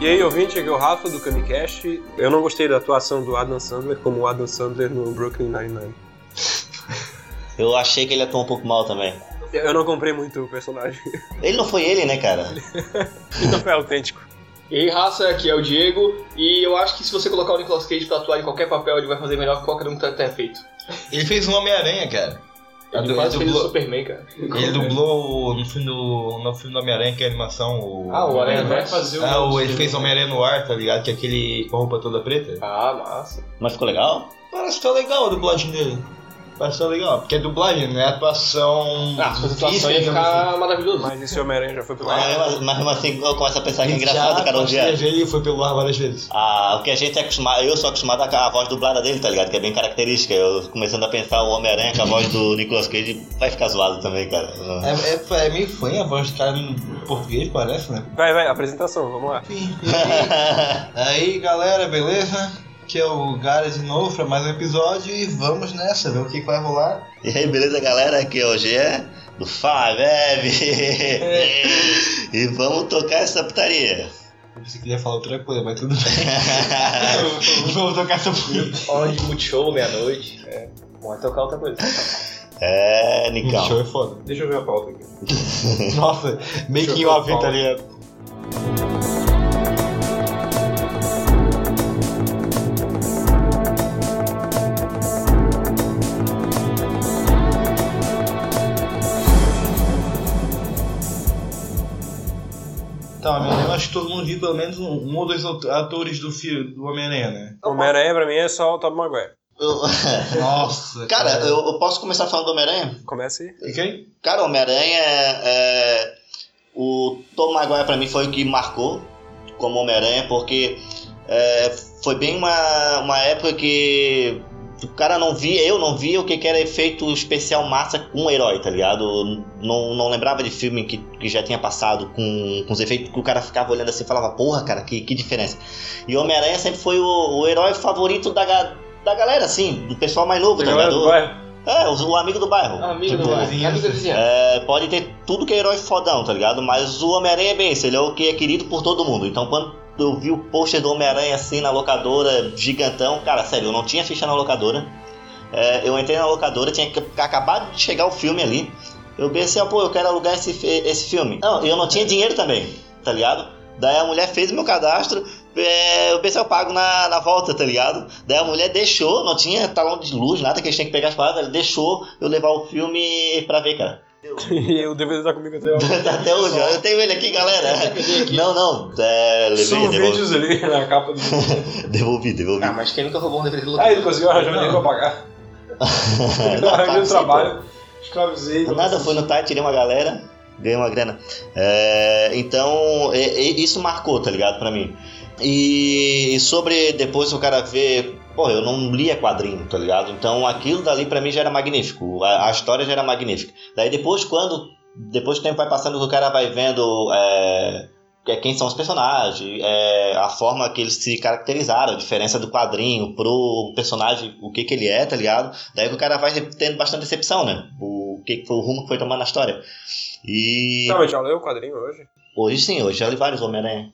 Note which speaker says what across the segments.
Speaker 1: E aí, ouvinte, aqui é o Rafa do Kamikaze. Eu não gostei da atuação do Adam Sandler como o Adam Sandler no Brooklyn Nine-Nine.
Speaker 2: Eu achei que ele atuou um pouco mal também.
Speaker 1: Eu não comprei muito o personagem.
Speaker 2: Ele não foi ele, né, cara?
Speaker 1: Então foi autêntico.
Speaker 3: E aí, raça, aqui é o Diego, e eu acho que se você colocar o Nicolas Cage pra atuar em qualquer papel, ele vai fazer melhor que qualquer um que tenha feito.
Speaker 4: Ele fez um Homem-Aranha, cara.
Speaker 3: Ele
Speaker 4: du-
Speaker 3: quase fez o
Speaker 4: dublou-
Speaker 3: Superman, cara.
Speaker 4: ele dublou no filme do, no filme do Homem-Aranha, que é a animação. O...
Speaker 3: Ah, o né? Aranha
Speaker 5: Ele vai
Speaker 3: Verso.
Speaker 5: fazer o.
Speaker 4: Ah, o, ele fez Homem-Aranha no ar, tá ligado? Que é aquele com a roupa toda preta.
Speaker 3: Ah, massa.
Speaker 2: Mas ficou legal?
Speaker 4: Parece que tá legal a dublagem dele. Parece que tá legal. Porque é dublagem, não é atuação.
Speaker 3: Ah, se fosse atuação ia
Speaker 4: digamos assim.
Speaker 3: ficar maravilhoso.
Speaker 1: Mas esse Homem-Aranha já foi pro
Speaker 2: Mas,
Speaker 1: ar.
Speaker 2: mas, mas assim eu começo a
Speaker 3: Tá
Speaker 2: pensar que é
Speaker 4: Ele
Speaker 2: engraçado,
Speaker 4: já
Speaker 3: um
Speaker 2: cara, onde é.
Speaker 4: teve Ele foi pelo ar várias vezes.
Speaker 2: Ah, o que a gente é acostumado, eu sou acostumado à voz dublada dele, tá ligado? Que é bem característica. Eu começando a pensar o Homem-Aranha com a voz do Nicolas Cage vai ficar zoado também, cara.
Speaker 4: É, é, é meio fã a voz do cara em português, parece, né?
Speaker 1: Vai, vai, apresentação, vamos lá.
Speaker 4: Enfim, e aí, aí, galera, beleza? Aqui é o Gara de novo pra mais um episódio e vamos nessa, ver o que que vai rolar.
Speaker 2: E aí, beleza, galera? Aqui hoje é do Five Eve. e vamos tocar essa putaria.
Speaker 4: Se queria falar outra coisa, mas tudo bem. vamos tocar assim. essa música.
Speaker 3: Hora de multishow, meia-noite. É. Bom, é tocar outra coisa.
Speaker 2: É,
Speaker 4: Esse show
Speaker 2: Nicão.
Speaker 4: é foda.
Speaker 5: Deixa eu ver a pauta aqui.
Speaker 4: Nossa, making off, tá ligado? Tá, Homem-Aranha, eu acho que todo mundo viu pelo menos um, um ou dois aut- atores do filme do Homem-Aranha, né?
Speaker 1: Homem-Aranha pra mim é só o Tobey Maguire.
Speaker 2: Eu-
Speaker 4: Nossa,
Speaker 2: Cara, eu, eu posso começar falando do Homem-Aranha?
Speaker 1: Comece aí.
Speaker 4: E quem?
Speaker 2: Cara, o Homem-Aranha é. O Tom Maguire pra mim foi o que marcou como Homem-Aranha, porque é, foi bem uma, uma época que o cara não via, eu não via o que que era efeito especial massa com um herói, tá ligado? Eu Não, não lembrava de filme que, que já tinha passado com, com os efeitos que o cara ficava olhando assim e falava, porra, cara, que, que diferença. E o Homem-Aranha sempre foi o, o herói favorito da, ga- da galera, assim, do pessoal mais novo, tá ligado?
Speaker 1: Vai.
Speaker 2: É, o, o amigo do bairro.
Speaker 3: Ah, Amigo é. do
Speaker 2: Tipo,
Speaker 3: ar, amigo da vizinhança.
Speaker 2: é, pode ter tudo que é herói fodão, tá ligado? Mas o Homem-Aranha é bem esse, ele é o que é querido por todo mundo. Então quando eu vi o pôster do Homem-Aranha assim na locadora, gigantão, cara, sério, eu não tinha ficha na locadora. É, eu entrei na locadora, tinha ac- acabado de chegar o filme ali. Eu pensei, ó, pô, eu quero alugar esse, fi- esse filme. Não, eu não tinha dinheiro também, tá ligado? Daí a mulher fez o meu cadastro, é, eu pensei, eu pago na, na volta, tá ligado? Daí a mulher deixou, não tinha talão de luz, nada, que eles tinham que pegar as paradas, ela deixou eu levar o filme pra ver, cara.
Speaker 1: E o DVD tá comigo até hoje.
Speaker 2: Tá até hoje, eu tenho ele aqui, galera. Não, não, é, levei,
Speaker 5: São
Speaker 2: devolvi,
Speaker 5: vídeos ali na capa do.
Speaker 2: devolvi, devolvi.
Speaker 3: Ah, mas quem nunca roubou um DVD do
Speaker 5: Ah,
Speaker 3: lugar?
Speaker 5: ele conseguiu arranjar dinheiro pra pagar.
Speaker 2: É,
Speaker 5: Eu
Speaker 2: tá
Speaker 5: arranjei um
Speaker 2: assim,
Speaker 5: trabalho, escravizei.
Speaker 2: Do nada, fui no Tite, tirei uma galera, ganhei uma grana. É, então, é, é, isso marcou, tá ligado, pra mim. E, e sobre depois o cara ver. Pô, eu não lia quadrinho, tá ligado? Então aquilo dali pra mim já era magnífico. A, a história já era magnífica. Daí depois, quando. Depois o tempo vai passando, que o cara vai vendo. é, é, quem são os personagens, é, a forma que eles se caracterizaram, a diferença do quadrinho pro personagem, o que que ele é, tá ligado? Daí que o cara vai tendo bastante decepção, né? O que que foi o rumo que foi tomando na história. E
Speaker 1: Não, mas já leu o quadrinho hoje?
Speaker 2: hoje sim, hoje já li vários Homem-Aranha.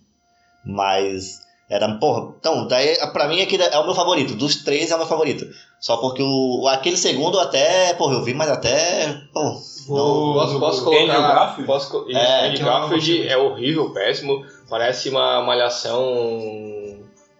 Speaker 2: Mas era, porra, então, daí pra mim aqui é o meu favorito. Dos três é o meu favorito. Só porque o aquele segundo até, porra, eu vi, mas até, pô, é não,
Speaker 3: Posso, posso
Speaker 5: o Andrew
Speaker 3: colocar.
Speaker 5: Garfield?
Speaker 3: Posso, co- isso,
Speaker 2: É,
Speaker 3: Andrew
Speaker 4: que eu não
Speaker 3: Garfield
Speaker 4: consigo.
Speaker 3: é horrível, péssimo. Parece uma malhação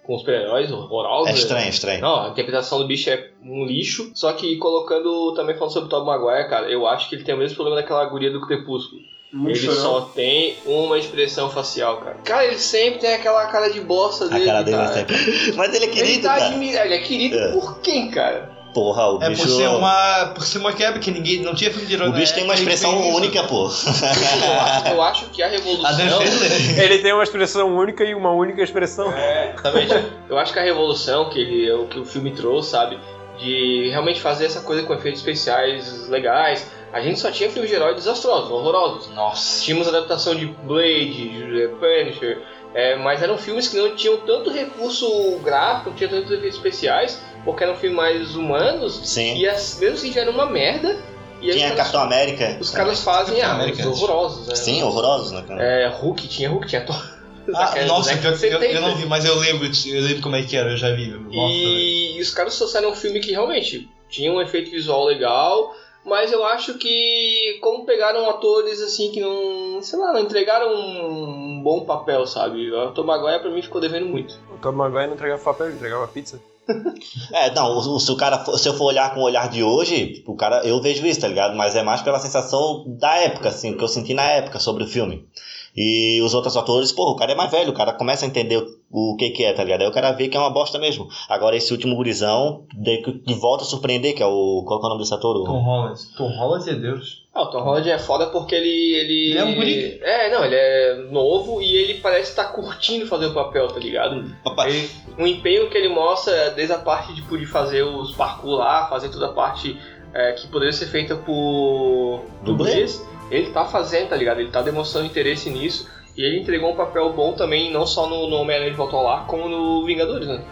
Speaker 3: com super-heróis horrorosa.
Speaker 2: é estranho, estranho.
Speaker 3: Não, a interpretação do bicho é um lixo. Só que colocando, também falando sobre o Tom Maguire, cara, eu acho que ele tem o mesmo problema daquela guria do Crepúsculo.
Speaker 5: Muito
Speaker 3: ele
Speaker 5: chorão.
Speaker 3: só tem uma expressão facial, cara. Cara, ele sempre tem aquela cara de bosta
Speaker 2: A
Speaker 3: dele.
Speaker 2: cara dele
Speaker 3: cara.
Speaker 2: até. Mas ele é
Speaker 3: tá Ele
Speaker 2: querido,
Speaker 3: tá
Speaker 2: cara.
Speaker 3: admirado. Ele é querido
Speaker 2: É.
Speaker 3: por quem, cara?
Speaker 2: Porra, o
Speaker 4: É
Speaker 2: bicho.
Speaker 4: por ser uma. Por ser uma quebra que ninguém. Não tinha filme de herói
Speaker 2: O
Speaker 4: na
Speaker 2: bicho tem uma
Speaker 4: época, ele
Speaker 2: expressão
Speaker 4: fez isso.
Speaker 2: única, pô.
Speaker 3: Eu acho, eu acho que a revolução.
Speaker 4: A Dan Sandler.
Speaker 1: Ele tem uma expressão única e uma única expressão.
Speaker 5: É.
Speaker 3: Exatamente. Eu acho que a revolução que, ele, o, que o filme trouxe, sabe? De realmente fazer essa coisa com efeitos especiais legais. A gente só tinha filmes de heróis desastrosos, horrorosos. Nossa. Tínhamos adaptação de Blade, de eh, Punisher. eh, mas eram filmes que não tinham tanto recurso gráfico, não tinham tantos efeitos especiais, porque eram filmes mais humanos.
Speaker 2: Sim.
Speaker 3: E as, mesmo assim já era uma merda. E aí os
Speaker 2: Tinha
Speaker 3: caras-
Speaker 2: Capitão América.
Speaker 3: os caras fazem ah,
Speaker 4: América,
Speaker 3: os horrorosos, né?
Speaker 2: Sim, horrorosos, né, cara?
Speaker 3: É, Hulk, tinha Hulk, tinha Thor.
Speaker 4: Ah,
Speaker 3: Aquela
Speaker 4: nossa,
Speaker 3: boneca
Speaker 4: pior
Speaker 3: de
Speaker 4: que eu,
Speaker 3: 70.
Speaker 4: eu
Speaker 2: né?
Speaker 4: não vi, mas eu lembro, eu lembro como é que era, eu já vi. Nossa, velho.
Speaker 3: E, e os caras trouxeram um filme que realmente tinha um efeito visual legal, mas eu acho que como pegaram atores assim que não, sei lá, não entregaram um bom papel, sabe? O Tom Maguire pra mim ficou devendo muito.
Speaker 1: O Tom Maguire não entregava papel, ele entregava pizza.
Speaker 2: É, não, o- o- se o cara for- se eu for olhar com o olhar de hoje, o cara, eu vejo isso, tá ligado? Mas é mais pela sensação da época, assim, que eu senti na época sobre o filme. E os outros atores, pô, o cara é mais velho, o cara começa a entender o, o que que é, tá ligado? Aí o cara vê que é uma bosta mesmo. Agora esse último gurizão, de, que volta a surpreender, que é o, qual que é o nome desse ator? O-
Speaker 4: Tom Holland. Tom Holland é Deus.
Speaker 3: Ah, o Tom Holland é foda porque ele. Ele,
Speaker 4: Ele é um guri.
Speaker 3: É, não, ele é novo e ele parece estar curtindo fazer o papel, tá ligado?
Speaker 2: Papai.
Speaker 3: Ele- o um empenho que ele mostra é desde a parte de, de fazer os parkour lá, fazer toda a parte é, que poderia ser feita por
Speaker 2: Dublê?
Speaker 3: dublês, ele tá fazendo, tá ligado? Ele tá demonstrando interesse nisso e ele entregou um papel bom também, não só no, no Homem-Aranha de Volta ao Lar, como no Vingadores, né?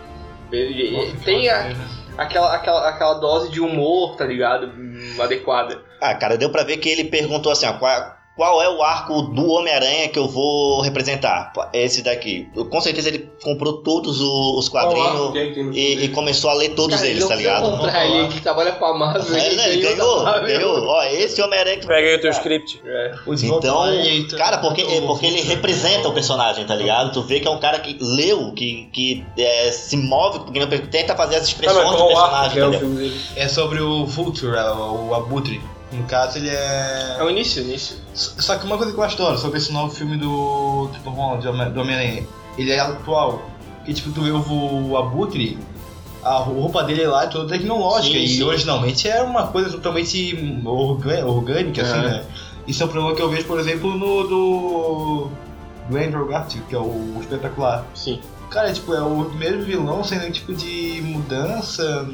Speaker 3: Ele, ele-
Speaker 4: Nossa, que
Speaker 3: tem a-
Speaker 4: ótimo, né?
Speaker 3: aquela, aquela, aquela dose de humor, tá ligado? Hum, Adequada.
Speaker 2: Ah, cara, deu pra ver que ele perguntou assim, ó, qual, qual é o arco do Homem-Aranha que eu vou representar? Pô, é Esse daqui. Eu- Com certeza ele comprou todos o- os
Speaker 5: Qual arco que
Speaker 2: quadrinhos
Speaker 5: é que tem no
Speaker 2: e, e
Speaker 5: filme?
Speaker 2: começou a ler todos
Speaker 3: Cara, ele
Speaker 2: eles,
Speaker 3: não
Speaker 2: tá
Speaker 3: precisa
Speaker 2: ligado?
Speaker 3: comprar, ele, ele trabalha pra Marvel,
Speaker 2: É, né, ele ganhou,
Speaker 3: sabe?
Speaker 2: ganhou. Ó, esse Homem-Aranha que...
Speaker 1: Pega aí o teu script.
Speaker 3: É.
Speaker 4: O de volta
Speaker 2: Então,
Speaker 4: ao
Speaker 5: um
Speaker 4: Lar-
Speaker 5: né?
Speaker 2: cara, porque,
Speaker 4: Então,
Speaker 2: é porque ele representa o personagem, tá ligado? Tu vê que é um cara que leu, que, que é, se move, porque não- tenta fazer as
Speaker 5: Ah,
Speaker 2: expressões
Speaker 5: mas
Speaker 2: do
Speaker 5: qual o arco
Speaker 2: personagem,
Speaker 5: que é
Speaker 2: tá
Speaker 5: o
Speaker 2: ligado?
Speaker 5: filme dele?
Speaker 4: É sobre o Vulture, é, o o Abutre. No caso, ele é.
Speaker 3: É o início, o início.
Speaker 4: S- Só que uma coisa que eu acho da hora sobre esse novo filme do do Tom Holland, de Homem- do Homem-Aranha, ele é atual. Porque, tipo, tu vê o o Abutre, a roupa dele lá é toda tecnológica.
Speaker 2: Sim,
Speaker 4: e
Speaker 2: sim.
Speaker 4: originalmente era é uma coisa totalmente orgâ- orgânica, assim, né? Isso é um problema que eu vejo, por exemplo, no do. do Andrew Garfield, que é o espetacular.
Speaker 3: Sim.
Speaker 4: Cara, tipo, é o primeiro vilão sem nenhum tipo de mudança.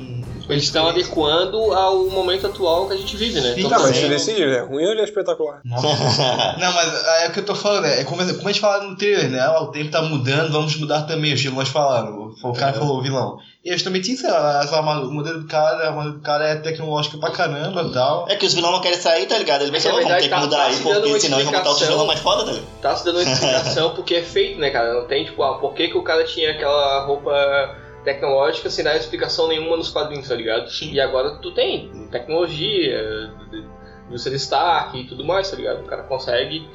Speaker 3: Eles estão adequando ao momento atual que a gente vive, né?
Speaker 4: Sim,
Speaker 3: Então,
Speaker 1: Tá, mas
Speaker 2: Sim.
Speaker 1: você decide, ele é ruim ou ele é espetacular?
Speaker 4: Nossa. Não, mas é o que eu tô falando, é como, como eles falaram no trailer, né? Ah, o tempo tá mudando, vamos mudar também, os vilões falaram. O, o cara falou, o vilão. E eles também tinham, sei lá, essa armadura, o modelo do cara, a armadura do cara é tecnológica pra caramba e tal.
Speaker 2: É que os vilões não querem sair, tá ligado? Eles
Speaker 3: É que,
Speaker 2: pensam,
Speaker 3: na
Speaker 2: "Ó, vamos
Speaker 3: verdade,
Speaker 2: ter que
Speaker 3: tá- tá
Speaker 2: mudar aí,
Speaker 3: se dando uma
Speaker 2: porque senão eles vão botar outros vilões
Speaker 3: explicação.
Speaker 2: mais foda, tá ligado?
Speaker 3: tá se dando uma explicação porque é feito, né, cara? Não tem, tipo, ah, por que, que o cara tinha aquela roupa tecnológica sem dar explicação nenhuma nos quadrinhos, tá ligado? E agora tu tem tecnologia, indústria Stark e tudo mais, tá ligado? O cara consegue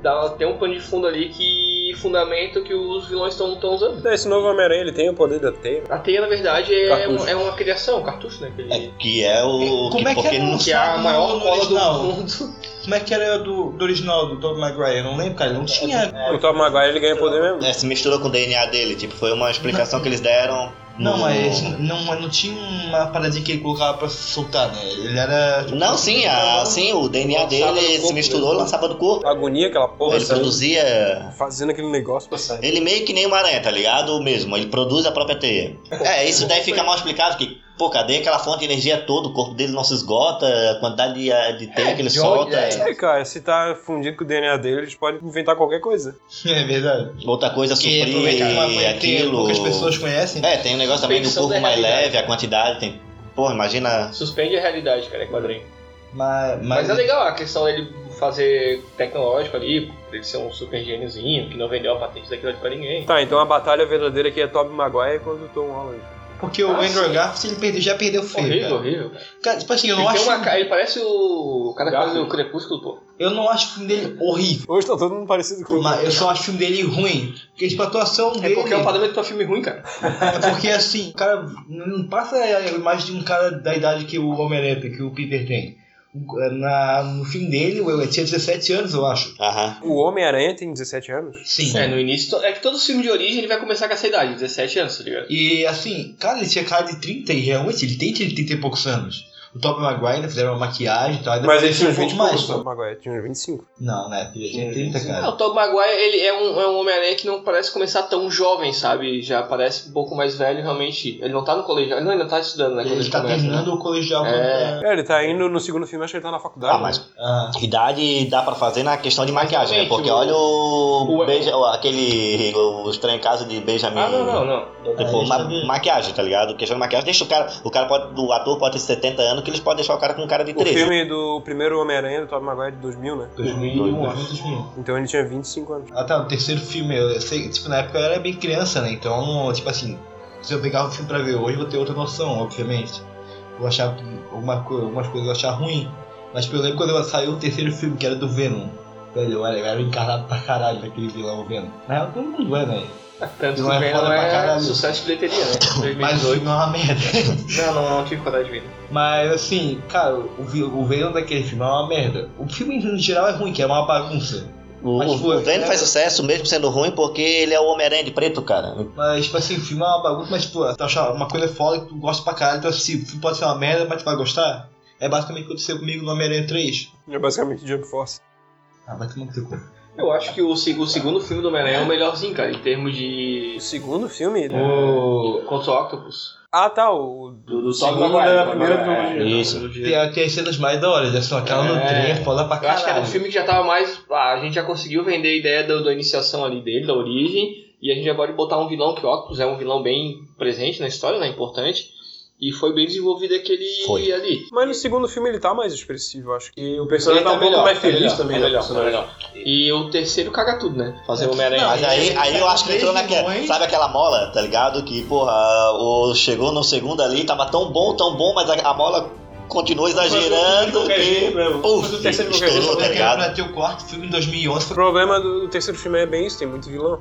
Speaker 3: dar, ter um pano de fundo ali que fundamenta o que os vilões estão usando.
Speaker 1: Então, Esse novo Homem-Aranha, ele tem o poder da teia.
Speaker 3: A teia, na verdade, é,
Speaker 1: Cartucho.
Speaker 3: um- é uma criação, um cartucho, né? aquele-
Speaker 2: É, que é o.
Speaker 4: Como
Speaker 2: que,
Speaker 4: é que
Speaker 2: porque
Speaker 4: era
Speaker 2: não
Speaker 4: o-
Speaker 3: Que é a
Speaker 4: Sabe,
Speaker 3: maior
Speaker 4: no
Speaker 3: cola do
Speaker 4: original.
Speaker 3: mundo.
Speaker 4: Como é que era do, do original do Tom Maguire? Eu não lembro, cara, ele não tinha.
Speaker 1: O Tom Maguire, ele ganha poder mesmo.
Speaker 2: é, se misturou com o DNA dele, tipo, foi uma explicação que eles deram.
Speaker 4: Não,
Speaker 2: no-
Speaker 4: mas não, mas não tinha uma paradinha que ele colocava pra se soltar, né? Ele era. tipo,
Speaker 2: Não, sim, a- sim, o DNA
Speaker 3: Lançava no
Speaker 2: dele
Speaker 3: corpo
Speaker 2: se misturou,
Speaker 3: dele.
Speaker 2: lançava do corpo.
Speaker 1: A agonia, aquela porra,
Speaker 2: ele
Speaker 1: saindo-
Speaker 2: produzia.
Speaker 1: fazendo aquele negócio.
Speaker 2: Ele meio que nem uma aranha, tá ligado? Mesmo, ele produz a própria teia. É, isso daí fica mal explicado, que, pô, cadê aquela fonte de energia toda? O corpo dele não se esgota, a quantidade de, eh, de teia que ele
Speaker 3: de
Speaker 2: solta.
Speaker 3: óleo, né?
Speaker 1: É, cara, se tá fundido com o DNA dele, eles podem inventar qualquer coisa.
Speaker 4: É verdade.
Speaker 2: Outra coisa,
Speaker 4: Que aproveitar uma coisa que
Speaker 2: suprir
Speaker 4: tem-
Speaker 2: aquilo.
Speaker 4: poucas pessoas conhecem.
Speaker 2: É, tem um negócio também do
Speaker 3: Pensão
Speaker 2: corpo
Speaker 3: da
Speaker 2: mais
Speaker 3: realidade.
Speaker 2: leve, a quantidade tem. Pô, imagina.
Speaker 3: Suspende a realidade, cara, é quadrinho.
Speaker 4: Mas,
Speaker 3: Mas
Speaker 4: mas,
Speaker 3: é legal a questão dele fazer tecnológico ali, dele ser um super gêniozinho, que não vendeu a patente daquilo ali pra ninguém.
Speaker 1: Tá, então a batalha verdadeira aqui é Tobey Maguire contra o Tom Holland.
Speaker 4: porque o
Speaker 3: Ah,
Speaker 4: Andrew
Speaker 3: sim.
Speaker 4: Garfield ele perdeu, já perdeu feio.
Speaker 3: horrível,
Speaker 4: cara.
Speaker 3: horrível. cara.
Speaker 4: Cara, tipo assim, eu
Speaker 3: Ele,
Speaker 4: não
Speaker 3: tem
Speaker 4: acho.
Speaker 3: uma ca- ele parece o o cara que faz o
Speaker 5: Garfield.
Speaker 3: Crepúsculo, pô.
Speaker 4: Eu não acho o filme dele horrível.
Speaker 1: Hoje tá todo mundo parecido com o
Speaker 4: Mas eu só acho o filme dele ruim. Porque, tipo, a atuação
Speaker 3: É
Speaker 4: dele.
Speaker 3: porque é um padrão pra filme ruim, cara.
Speaker 4: é porque, assim, o cara não passa a imagem de um cara da idade que o Homem-Aranha, que o Peter tem. É, Na, no filme dele, o ele tinha 17 anos, eu acho.
Speaker 2: Aham.
Speaker 1: O Homem-Aranha tem 17 anos?
Speaker 4: Sim.
Speaker 3: É, no início. to- É que todo filme de origem ele vai começar com essa idade, 17 anos, tá ligado?
Speaker 4: E, assim, cara, ele tinha cara de 30 e realmente ele tem 30 e poucos anos. O Tobey Maguire né, fizeram uma maquiagem e tal. e depois
Speaker 5: Mas ele tinha uns 20
Speaker 4: ficou
Speaker 5: mais.
Speaker 1: O Tom Maguire tinha uns 25.
Speaker 4: Não, né? Ele tinha 30,
Speaker 3: Ah,
Speaker 4: cara.
Speaker 3: o Tobey Maguire ele é um, é um Homem-Aranha que não parece começar tão jovem, sabe? Já parece um pouco mais velho, realmente. Ele não tá no colegial, não, ele não tá estudando, né? quando
Speaker 4: Ele tá
Speaker 3: começa, né?
Speaker 4: terminando o colegial.
Speaker 3: É.
Speaker 1: É, ele tá indo no segundo filme, acho que ele tá na faculdade.
Speaker 2: Ah, mas
Speaker 4: Ah,
Speaker 2: idade dá pra fazer na questão de maquiagem, né?
Speaker 3: Exatamente,
Speaker 2: Porque
Speaker 3: o-
Speaker 2: olha o.
Speaker 3: o-
Speaker 2: Beija, o- aquele. O estranho caso de Benjamin.
Speaker 3: Ah, não, não, não.
Speaker 2: Tipo,
Speaker 4: Aí,
Speaker 2: ma- tá
Speaker 4: sabe?
Speaker 2: maquiagem, tá ligado? Questão de maquiagem, deixa o cara. O cara pode. O ator pode ter 70 anos achando que eles podem deixar o cara com cara de
Speaker 1: O
Speaker 2: 13.
Speaker 1: filme do primeiro Homem-Aranha, do Tobey Maguire, de 2000, né?
Speaker 4: 2001, acho que 2001.
Speaker 1: Então ele tinha 25 anos.
Speaker 4: Ah tá, o terceiro filme, eu sei, tipo, na época eu era bem criança, né? Então, tipo assim, se eu pegar o filme pra ver hoje, eu vou ter outra noção, obviamente. Vou achar alguma co- algumas coisas eu vou achar ruim. Mas pelo menos quando saiu o terceiro filme, que era do Venom. Velho, eu era, eu era encarnado pra caralho daquele vilão Venom. Na real, todo mundo é, né?
Speaker 3: Tanto
Speaker 4: Não
Speaker 3: que
Speaker 4: é
Speaker 3: vem, não
Speaker 4: foda pra
Speaker 3: é
Speaker 4: caralho.
Speaker 3: sucesso de bilheteria, né?
Speaker 4: Mas o
Speaker 3: 2018.
Speaker 4: filme é uma merda.
Speaker 3: Não, não, não tive coragem de ver.
Speaker 4: Mas assim, cara, o, vi- o Venom daquele filme é uma merda. O filme em geral é ruim, que é uma bagunça.
Speaker 2: O,
Speaker 4: Mas
Speaker 2: o,
Speaker 4: foi,
Speaker 2: o Venom
Speaker 4: né?
Speaker 2: faz sucesso mesmo sendo ruim porque ele é o Homem-Aranha de preto, cara.
Speaker 4: Mas, tipo assim, o filme é uma bagunça, mas, pô, tu acha uma coisa foda que tu gosta pra caralho, então, assim, o filme pode ser uma merda, mas tu vai gostar? É basicamente o que aconteceu comigo no Homem-Aranha 3.
Speaker 1: É basicamente Jump Force.
Speaker 4: Ah, vai tomar no teu cu.
Speaker 3: Eu acho que o, seg- o segundo filme do Homem-Aranha é o melhorzinho, cara, em termos de.
Speaker 1: O segundo filme? né?
Speaker 3: O. Contra o Octopus.
Speaker 1: Ah, tá, o...
Speaker 3: Do, do
Speaker 1: Segundo é
Speaker 3: Tobey Maguire,
Speaker 1: da
Speaker 3: Tobey
Speaker 1: primeira
Speaker 3: Maguire,
Speaker 1: trilogia.
Speaker 3: é,
Speaker 2: Isso.
Speaker 3: trilogia.
Speaker 4: Tem, tem as cenas mais da hora, assim, aquela no
Speaker 3: É.
Speaker 4: trem é foda pra
Speaker 3: Eu
Speaker 4: caralho.
Speaker 3: acho que era um filme que já tava mais. ah, a gente já conseguiu vender a ideia do- da iniciação ali dele, da origem, e a gente já pode botar um vilão que o Octopus é um vilão bem presente na história, né? Importante. E foi bem desenvolvido aquele
Speaker 2: Foi.
Speaker 3: ali.
Speaker 1: Mas no segundo filme ele tá mais expressivo, eu acho que. E o
Speaker 3: Ele
Speaker 1: personagem tá um pouco
Speaker 3: melhor,
Speaker 1: mais
Speaker 3: tá
Speaker 1: feliz
Speaker 3: melhor,
Speaker 1: também.
Speaker 3: tá
Speaker 1: né,
Speaker 3: melhor, tá
Speaker 1: personagem.
Speaker 3: melhor. E o terceiro caga tudo, né? Fazer o
Speaker 4: Não,
Speaker 2: Mas
Speaker 3: Homem-Aranha.
Speaker 2: aí, aí eu acho que ele entrou naquela.
Speaker 4: Três
Speaker 2: Sabe aquela mola, tá ligado? Que, porra, o, chegou no segundo ali, tava tão bom, tão bom, mas a, a mola continuou
Speaker 3: Tá
Speaker 2: exagerando.
Speaker 1: né,
Speaker 2: e,
Speaker 1: Mas o
Speaker 2: puf,
Speaker 1: terceiro de qualquer jeito,
Speaker 2: estourou, tá
Speaker 3: né?
Speaker 2: ligado?
Speaker 4: Pra ter o quarto filme em 2011
Speaker 1: O
Speaker 4: foi...
Speaker 1: problema do do terceiro filme é bem isso, tem muito vilão.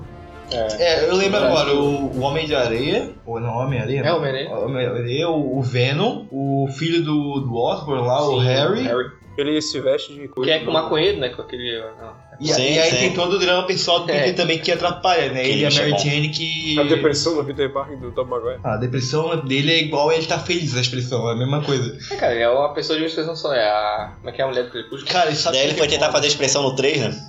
Speaker 4: É, eu lembro
Speaker 3: Verdade.
Speaker 4: agora, o, o Homem de Areia, ou não, Homem-Areia?
Speaker 3: É o Homem-Aranha.
Speaker 4: O Homem-Aranha, o, o Venom, o filho do, do Osborn lá, Ah, o Harry.
Speaker 1: Ele se veste de
Speaker 3: Que
Speaker 1: coisa.
Speaker 3: é com o maconheiro, né? Com aquele. ah,
Speaker 4: E,
Speaker 2: Sim,
Speaker 4: e aí
Speaker 2: sim.
Speaker 4: tem todo o drama pessoal do Peter
Speaker 3: É.
Speaker 4: também que atrapalha, né?
Speaker 2: Que
Speaker 4: ele e a
Speaker 2: bicho é
Speaker 4: Mary
Speaker 2: bom.
Speaker 4: Jane que.
Speaker 1: A depressão do Peter Parker do Tom Maguire.
Speaker 4: Ah, a depressão dele é igual ele tá feliz, a expressão, é a mesma coisa.
Speaker 3: É, cara, é uma pessoa de uma expressão só. É a. Como é que é a mulher do Crepúsculo?
Speaker 4: Cara, isso
Speaker 2: Daí ele foi tentar fazer expressão no 3, né?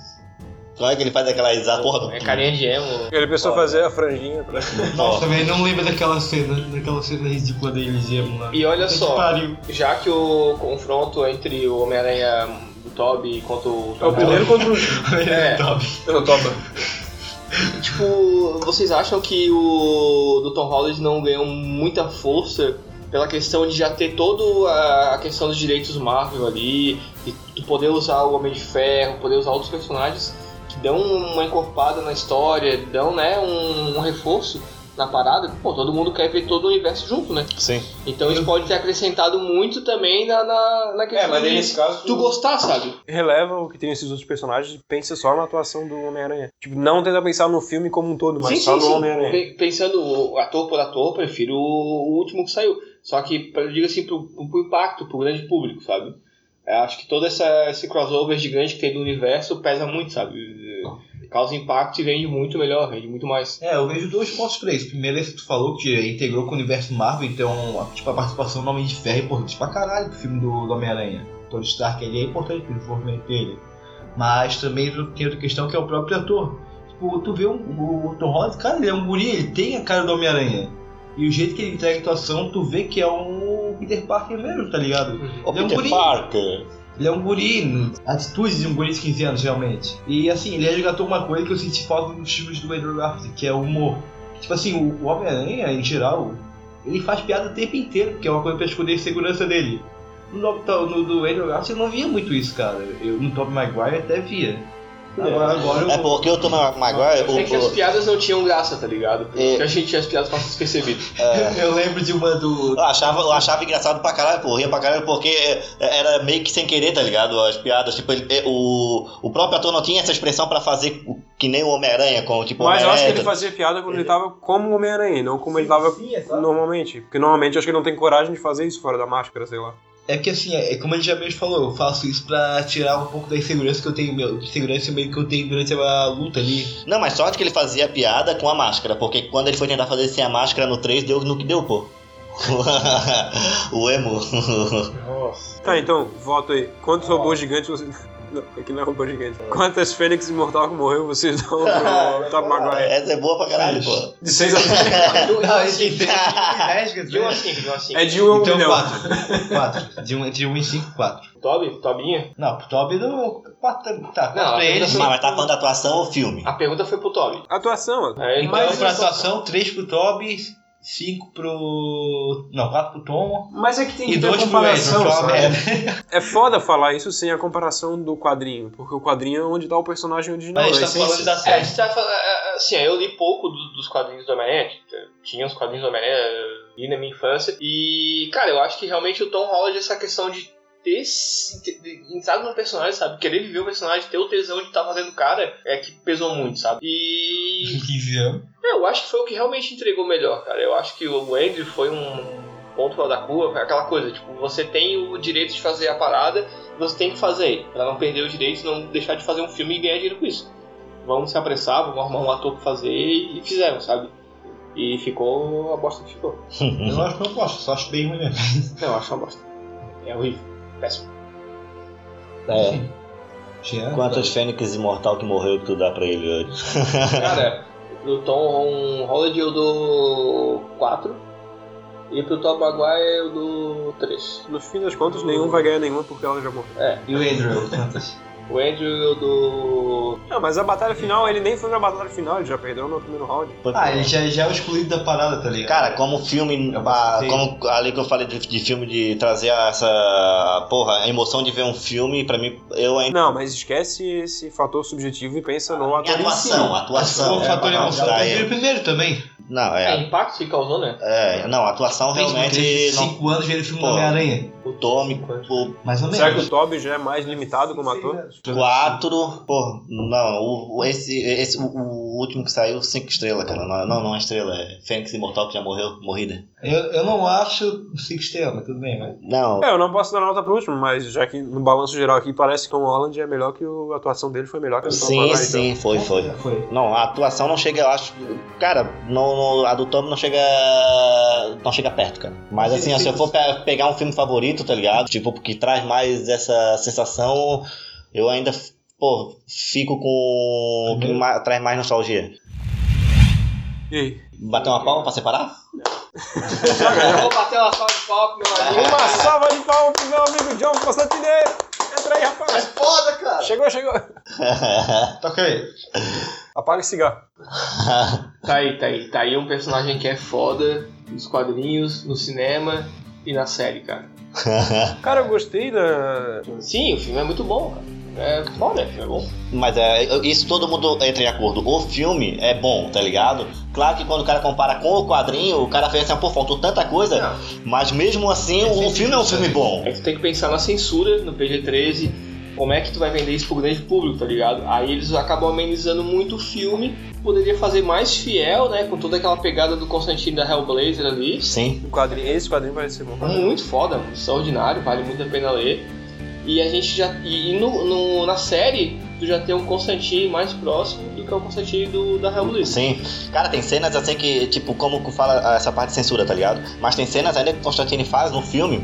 Speaker 2: Como é que ele faz aquelas a porra do.
Speaker 3: É carinha de emo.
Speaker 1: Ele pensou
Speaker 3: Foda.
Speaker 1: fazer a franjinha né? pra.
Speaker 4: Nossa, velho, não lembro daquela cena, daquela cena ridícula dele gemo lá.
Speaker 3: E olha
Speaker 4: Puta que
Speaker 3: só.
Speaker 4: pariu.
Speaker 3: Já que o confronto entre o Homem-Aranha do Toby contra o
Speaker 1: É o primeiro contra o.
Speaker 3: É.
Speaker 4: Top.
Speaker 1: Não, topa.
Speaker 3: Tipo, vocês acham que o do Tom Holland não ganhou muita força pela questão de já ter toda a- a questão dos direitos Marvel ali, e tu poder usar o Homem de Ferro, poder usar outros personagens que dão uma encorpada na história, dão né, um, um reforço na parada? Pô, todo mundo quer ver todo o universo junto, né?
Speaker 2: Sim.
Speaker 3: Então isso pode ter acrescentado muito também na, na, na questão de
Speaker 5: caso.
Speaker 3: tu gostar, sabe?
Speaker 1: Releva o que tem esses outros personagens e pensa só na atuação do Homem-Aranha. Tipo, não tenta pensar no filme como um todo, mas
Speaker 3: Sim,
Speaker 1: só
Speaker 3: sim,
Speaker 1: no
Speaker 3: sim.
Speaker 1: Homem-Aranha.
Speaker 3: Pe- Pensando o- ator por ator, prefiro o, o último que saiu. Só que, pra- eu digo assim, pro, pro, pro impacto, pro grande público, sabe? Eu acho que todo essa, esse crossover gigante que tem do universo pesa muito, sabe? Eh, Causa impacto e vende muito melhor, vende muito mais.
Speaker 4: É, eu vejo dois pontos pra isso. Primeiro, é esse que tu falou que integrou com o universo Marvel, então a- tipo, a participação do Homem de Ferro é importante pra caralho pro filme do, do Homem-Aranha. Tony Stark ele é importante pro desenvolvimento dele. Mas também tu- tem outra questão que é o próprio ator. Tipo, tu vê um- o, o Tom Holland, cara, ele é um guri, ele tem a cara do Homem-Aranha. E o jeito que ele entrega a atuação, tu vê que é um Peter Parker mesmo, tá ligado?
Speaker 2: O
Speaker 4: Ele é um
Speaker 2: Peter
Speaker 4: guri.
Speaker 2: Parker.
Speaker 4: Ele é um guri, atitude de um guri de 15 anos, realmente. E assim, ele resgatou uma coisa que eu senti falta nos filmes do Andrew Garfield, que é o humor. Tipo assim, o o Homem-Aranha, em geral, ele faz piada o tempo inteiro, porque é uma coisa pra esconder a segurança dele. No, do- no do Andrew Garfield eu não via muito isso, cara. Eu, no Tobey Maguire até via. Agora, agora eu-
Speaker 2: É porque eu tô na Maguire.
Speaker 3: É que
Speaker 2: o-
Speaker 3: as
Speaker 2: o-
Speaker 3: piadas não tinham graça, tá ligado?
Speaker 2: É.
Speaker 3: Porque a gente tinha as piadas passam despercebidas.
Speaker 4: eu lembro de uma do.
Speaker 2: Eu achava, eu achava engraçado pra caralho, pô, ria pra caralho, porque é, era meio que sem querer, tá ligado? As piadas, tipo, ele- é, o, o próprio ator não tinha essa expressão pra fazer o- que nem o Homem-Aranha, com tipo
Speaker 1: Mas eu acho que ele
Speaker 2: Homem-Aranha.
Speaker 1: fazia piada quando ele tava como Homem-Aranha, não como ele tava normalmente. Porque normalmente eu acho que ele não tem coragem de fazer isso fora da máscara, sei lá.
Speaker 4: É porque assim, é como ele já mesmo falou, eu faço isso pra tirar um pouco da insegurança que eu tenho, meu, de segurança meio que eu tenho durante a luta ali.
Speaker 2: Não, mas sorte que ele fazia piada com a máscara, porque quando ele foi tentar fazer sem a máscara no 3, deu no que deu, pô. o emo.
Speaker 3: Nossa.
Speaker 1: Tá, então, voto aí. Quantos robôs gigantes você. Não, aqui não é robô gigante. Quantas Fênix Imortal que morreu vocês dão pro Top Maguire?
Speaker 2: Essa é boa pra caralho, pô.
Speaker 1: De 6 a 10.
Speaker 4: Não, ele tem 3
Speaker 3: assim, De 1 a 5, de assim. 1 a 5.
Speaker 1: É de 1 a 1
Speaker 4: Então,
Speaker 1: milhão.
Speaker 4: 4. 4. De um, entre 1 um e 5, 4.
Speaker 3: Toby? Tobinha?
Speaker 4: Não, pro Toby não. 4 tá, 4
Speaker 3: Não,
Speaker 4: pra ele.
Speaker 2: Mas, mas tá falando da atuação ou filme?
Speaker 3: A pergunta foi pro Toby.
Speaker 1: Atuação, ó.
Speaker 3: É, então,
Speaker 4: Então, pra atuação, 3 pro Toby, 5 pro. Não, 4 pro Tom.
Speaker 5: Mas é que tem
Speaker 4: E
Speaker 5: que ter
Speaker 4: 2 pro Ezra,
Speaker 5: comparação,
Speaker 4: que é uma
Speaker 5: sabe?
Speaker 4: merda.
Speaker 1: É foda falar isso sem a comparação do quadrinho, porque o quadrinho é onde tá o personagem original.
Speaker 4: Mas
Speaker 1: é
Speaker 4: a gente tá
Speaker 1: sem-
Speaker 4: falando da
Speaker 3: É, a
Speaker 4: série.
Speaker 3: gente tá falando, é, é, assim, é, eu li pouco do- dos quadrinhos do Homem-Aranha, t- tinha os quadrinhos do Homem-Aranha, eh, li na minha infância, e, cara, eu acho que realmente o Tom Holland, essa questão de ter se- de- de entrado no personagem, sabe, querer viver o personagem, ter o tesão de estar fazendo o cara, é que pesou muito, sabe, e
Speaker 4: 15 anos.
Speaker 3: é, eu acho que foi o que realmente entregou melhor, cara. Eu acho que o Andrew foi um ponto fora da curva, foi aquela coisa, tipo, você tem o direito de fazer a parada, você tem que fazer, pra não perder o direito, não deixar de fazer um filme e ganhar dinheiro com isso. Vamos se apressar, vamos arrumar um ator pra fazer e fizeram, sabe? E ficou a bosta que ficou.
Speaker 4: Eu não acho que eu gosto, só acho bem ruim mesmo.
Speaker 3: Não, eu acho uma bosta. É horrível. Péssimo.
Speaker 2: É.
Speaker 4: Jean.
Speaker 2: Quantas Fênix Imortal que morreu que tu dá pra ele hoje?
Speaker 3: Cara, pro Tom Holland eu dou 4 e pro Tom Maguire eu dou 3.
Speaker 1: No fim das contas, nenhum vai ganhar nenhum porque ela já morreu.
Speaker 4: E o Andrew, quantas?
Speaker 3: O Andrew eu dou
Speaker 1: Não, mas a batalha final, ele nem foi na batalha final, ele já perdeu no primeiro round.
Speaker 4: Ah, ele já, já é o excluído da parada, tá ligado?
Speaker 2: Cara, como filme.
Speaker 4: Eu
Speaker 2: ah,
Speaker 4: gostei.
Speaker 2: como ali que eu falei de, de filme de trazer essa. Porra, a emoção de ver um filme, pra mim, eu ainda.
Speaker 1: Não, mas esquece esse fator subjetivo e pensa no
Speaker 2: Em
Speaker 1: ator em si.
Speaker 2: atuação, atuação.
Speaker 4: o Um fator
Speaker 2: é,
Speaker 4: emoção.
Speaker 2: tá,
Speaker 4: Eu vi o
Speaker 2: é,
Speaker 4: primeiro também.
Speaker 2: não,
Speaker 3: É,
Speaker 2: é,
Speaker 3: impacto que causou, né?
Speaker 2: é. Não, a atuação realmente. Não,
Speaker 4: 5 anos vendo o filme
Speaker 2: Pô.
Speaker 4: do Homem-Aranha.
Speaker 2: o Tommy, o
Speaker 4: Mais ou
Speaker 1: Será que
Speaker 4: menos.
Speaker 1: o Toby já é mais limitado como ator?
Speaker 2: quatro Pô, não, o, o- esse, esse, o, o último que saiu, cinco estrelas, cara. Não, não, não é estrela, é Fênix Imortal que já morreu, morrida.
Speaker 4: Eu, eu não acho 5 estrelas, mas tudo bem, mas.
Speaker 2: Não,
Speaker 1: É, eu não posso dar nota pro último, mas já que no balanço geral aqui parece que o Tom Holland é melhor que o- a atuação dele foi melhor que a do Tom
Speaker 2: sim,
Speaker 1: Maguire,
Speaker 2: sim, foi, foi.
Speaker 4: Foi.
Speaker 2: Não, a atuação não chega, eu acho. Cara, não, não- a do Tom não chega. Não chega perto, cara. Mas assim, se eu for pe- pegar um filme favorito, tá ligado? Tipo, que traz mais essa sensação, eu ainda, pô, fico com. o que ma- traz mais nostalgia.
Speaker 1: então. E aí?
Speaker 2: Bater uma palma pra separar?
Speaker 3: Vou bater uma salva de palmas pro meu amigo.
Speaker 1: Uma salva de palmas pro meu amigo John Constantine! Entra aí, rapaz!
Speaker 2: Foda, cara!
Speaker 1: Chegou, chegou!
Speaker 4: Toca aí.
Speaker 1: Apaga esse cigarro.
Speaker 3: Tá aí, tá aí. Tá aí um personagem que é foda nos quadrinhos, no cinema e na série, cara.
Speaker 1: Cara, eu gostei da.
Speaker 3: Sim, o filme é muito bom, cara. É foda, o filme é bom.
Speaker 2: Mas é, isso todo mundo entra em acordo. O filme é bom, tá ligado? Claro que quando o cara compara com o quadrinho, o cara fez assim, pô, faltou tanta coisa,
Speaker 3: Não.
Speaker 2: mas mesmo assim o filme é um filme bom.
Speaker 3: É que tu tem que pensar na censura, no PG-13, como é que tu vai vender isso pro grande público, tá ligado? Aí eles acabam amenizando muito o filme, poderia fazer mais fiel, né, com toda aquela pegada do Constantine da Hellblazer ali.
Speaker 2: Sim.
Speaker 1: O quadrinho, esse quadrinho parece ser bom.
Speaker 3: Tá muito foda, é um extraordinário, vale muito a pena ler. E a gente já. E e no, no- na série, tu já tem um Constantine mais próximo do que o Constantine do, da Revolução.
Speaker 2: Sim. Cara, tem cenas assim que, tipo, como que fala essa parte de censura, tá ligado? Mas tem cenas ainda que o Constantine faz no filme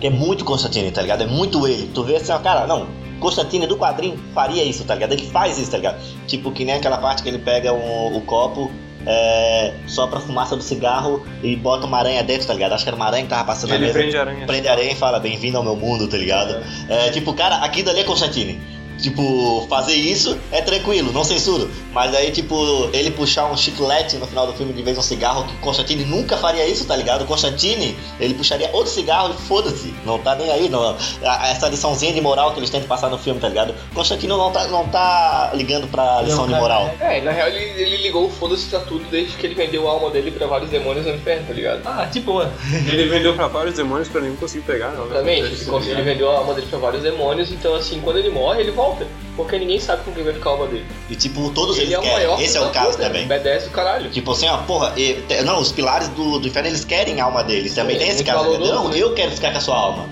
Speaker 2: que é muito Constantine, tá ligado? É muito ele. Tu vê assim, ó, cara, não. Constantine do quadrinho faria isso, tá ligado? Ele faz isso, tá ligado? Tipo, que nem aquela parte que ele pega um- o copo, é, sopra a fumaça do cigarro e bota uma aranha dentro, tá ligado? Acho que era uma aranha que tava passando na
Speaker 1: Ele
Speaker 2: mesa.
Speaker 1: prende aranha.
Speaker 2: Prende a aranha e fala, bem-vindo ao meu mundo, tá ligado? É, tipo, cara, aqui dali é Constantine. Tipo, fazer isso é tranquilo, não censuro. Mas aí, tipo, ele puxar um chiclete no final do filme de vez em um cigarro, que Constantine nunca faria isso, tá ligado? Constantine, ele puxaria outro cigarro e foda-se. Não tá nem aí, não. A- Essa liçãozinha de moral que eles tentam passar no filme, tá ligado? Constantino não tá, não tá ligando pra lição de
Speaker 4: cara,
Speaker 2: moral.
Speaker 3: É, na real ele, ele ligou o foda-se pra tudo desde que ele vendeu a alma dele pra vários demônios no inferno, tá ligado?
Speaker 4: Ah, de boa.
Speaker 1: Ele vendeu pra vários demônios que eu nem consegui pegar. Não, né?
Speaker 3: Exatamente, ele, cons- ele vendeu a alma dele pra vários demônios, então assim, quando ele morre, ele volta. Porque ninguém sabe com quem vai ficar a alma dele.
Speaker 2: E, tipo, todos
Speaker 3: Ele
Speaker 2: eles
Speaker 3: é o
Speaker 2: querem.
Speaker 3: maior.
Speaker 2: Esse é o
Speaker 3: filho da
Speaker 2: caso
Speaker 3: puta, é
Speaker 2: também.
Speaker 3: um B10 do caralho.
Speaker 2: Tipo assim, ó, porra, e- te- não, os pilares do, do inferno eles querem a alma deles. Também
Speaker 3: É,
Speaker 2: tem esse
Speaker 3: ele
Speaker 2: caso,
Speaker 3: falou
Speaker 2: entendeu?
Speaker 3: do-
Speaker 2: Não, eu quero ficar com a sua alma.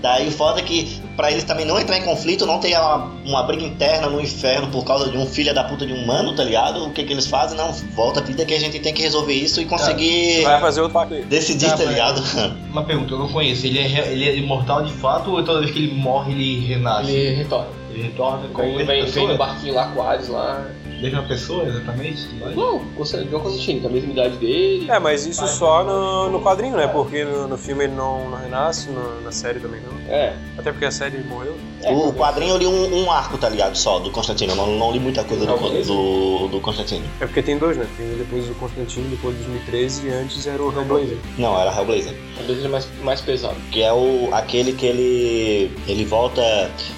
Speaker 2: Daí o foda é que pra eles também não entrar em conflito, não ter uma, uma briga interna no inferno por causa de um filho da puta de um humano, tá ligado? O que que eles fazem? Não, volta a vida que a gente tem que resolver isso e
Speaker 3: É,
Speaker 2: conseguir
Speaker 1: Vai fazer outro pacto aí.
Speaker 2: decidir,
Speaker 4: Tá,
Speaker 2: tá
Speaker 4: mas-
Speaker 2: ligado?
Speaker 4: Uma pergunta, eu não conheço. Ele é, re- ele é imortal de fato ou toda vez que ele morre ele renasce?
Speaker 3: Ele retorna.
Speaker 4: Ele retorna
Speaker 3: Ele
Speaker 4: como
Speaker 3: vem, vem no
Speaker 4: pessoa?
Speaker 3: barquinho lá com o Hades lá.
Speaker 4: daquela pessoa, exatamente? Mas-
Speaker 3: Não, Consta- John Constantine, assim, com a mesma idade dele.
Speaker 1: É, mas isso só no, no quadrinho, né? Porque no, no filme ele não, não renasce, no- na série também não.
Speaker 3: É.
Speaker 1: Até porque a série morreu.
Speaker 3: é
Speaker 2: o
Speaker 3: talvez.
Speaker 2: quadrinho eu li um, um arco, tá ligado? Só, do Constantino. Eu não, não li muita coisa do,
Speaker 5: Talvez.
Speaker 2: do, do Constantino.
Speaker 1: É porque tem dois, né? Tem depois o Constantino, depois de 2013 e antes era o né? Hellblazer.
Speaker 2: Não, era Hellblazer.
Speaker 3: Talvez seja é mais, mais pesado.
Speaker 2: Que é o, aquele que ele ele volta,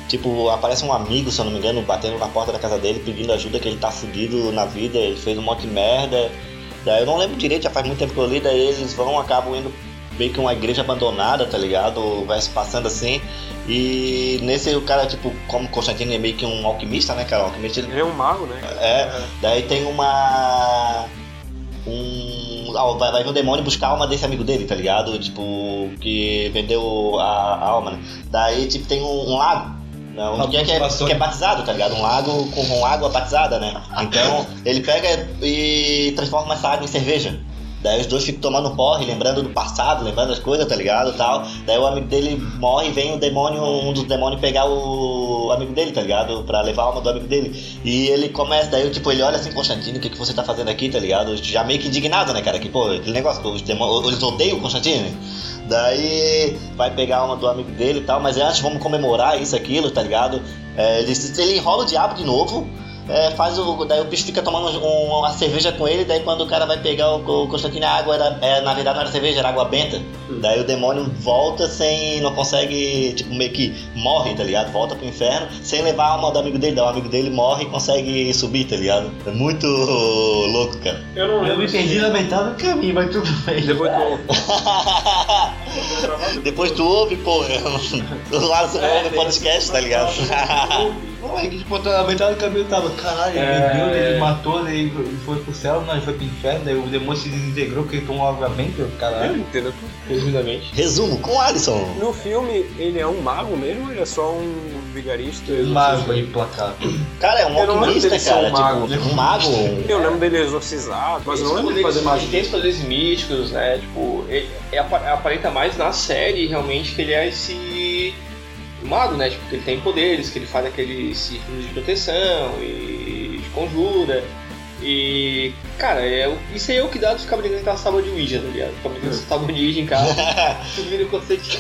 Speaker 2: tipo, aparece um amigo, se eu não me engano, batendo na porta da casa dele, pedindo ajuda, que ele tá fudido na vida, ele fez um monte de merda. Daí eu não lembro direito, já faz muito tempo que eu li, daí eles vão, acabam indo meio que uma igreja abandonada, tá ligado? Vai se passando assim. E nesse o cara, tipo, como Constantino é meio que um alquimista, né, cara? Um alquimista ele
Speaker 1: Ele é um mago, né?
Speaker 2: é, daí tem uma. Um. ah, vai, vai vir o demônio buscar a alma desse amigo dele, tá ligado? Tipo, que vendeu a, a alma, né? Daí, tipo, tem um, um lago. né?
Speaker 4: Uma
Speaker 2: Onde que é, que, é,
Speaker 4: motivação.
Speaker 2: que é batizado, tá ligado? Um lago com com água batizada, né? Então, ele pega e transforma essa água em cerveja. Daí os dois ficam tomando porre, lembrando do passado, lembrando as coisas, tá ligado? Tal. Daí o amigo dele morre e vem o demônio, um dos demônios pegar o amigo dele, tá ligado? Pra levar a alma do amigo dele. E ele começa, daí tipo, ele olha assim, Constantino, o que, que você tá fazendo aqui, tá ligado? Já meio que indignado, né, cara? Que, pô, aquele negócio, os demônios, eles odeiam o Constantino. Daí vai pegar a alma do amigo dele e tal, mas antes vamos comemorar isso, aquilo, tá ligado? É, ele, ele enrola o diabo de novo, é, faz o, daí o bicho fica tomando um- uma cerveja com ele, daí quando o cara vai pegar o, o Constantino, a água era, é, na verdade não era cerveja, era água benta. Daí o demônio volta sem, não consegue, tipo, meio que morre, tá ligado? Volta pro inferno, sem levar a alma do amigo dele, daí o amigo dele morre e consegue subir, tá ligado? É muito louco, cara.
Speaker 5: Eu não
Speaker 4: Eu
Speaker 5: lembro.
Speaker 4: me perdi na metade do caminho, mas tudo bem.
Speaker 1: Depois do...
Speaker 2: Depois tu ouve, é porra. Lá você
Speaker 1: É,
Speaker 2: não ouve podcast, tá ligado?
Speaker 4: Não, é que tipo, na metade do caminho eu tava, caralho, ele
Speaker 5: É,
Speaker 4: vendeu,
Speaker 5: é.
Speaker 4: ele matou, daí ele foi pro céu, não, ele foi pro inferno, daí o demônio se desintegrou porque ele tomou água benta,
Speaker 1: Eu
Speaker 4: caralho.
Speaker 1: não entendo tudo.
Speaker 3: Resumidamente.
Speaker 2: Resumo, com o Alisson.
Speaker 1: No filme, ele é um mago mesmo ou ele é só um vigarista? Eu não
Speaker 4: Mago
Speaker 1: sei.
Speaker 4: implacável.
Speaker 2: Cara, é um
Speaker 1: Eu não lembro
Speaker 2: alquimista,
Speaker 1: dele ser um
Speaker 2: cara.
Speaker 1: mago,
Speaker 2: tipo, um mago. um-
Speaker 1: Eu lembro dele exorcizado, mas eu não
Speaker 3: Esse
Speaker 1: lembro
Speaker 3: poder-
Speaker 1: dele fazer magia.
Speaker 3: Ele tem os poderes místicos, né? Tipo, ele, ele apa- aparenta mais na série realmente que ele é esse mago, né? Tipo, que ele tem poderes, que ele faz aquele círculo de proteção e de conjura. E, cara, é, o- isso aí é o que dá de ficar brincando com aquela tábua de Ouija, tá ligado? Ficar brincando com essa tábua de Ouija em casa, subindo o conceito de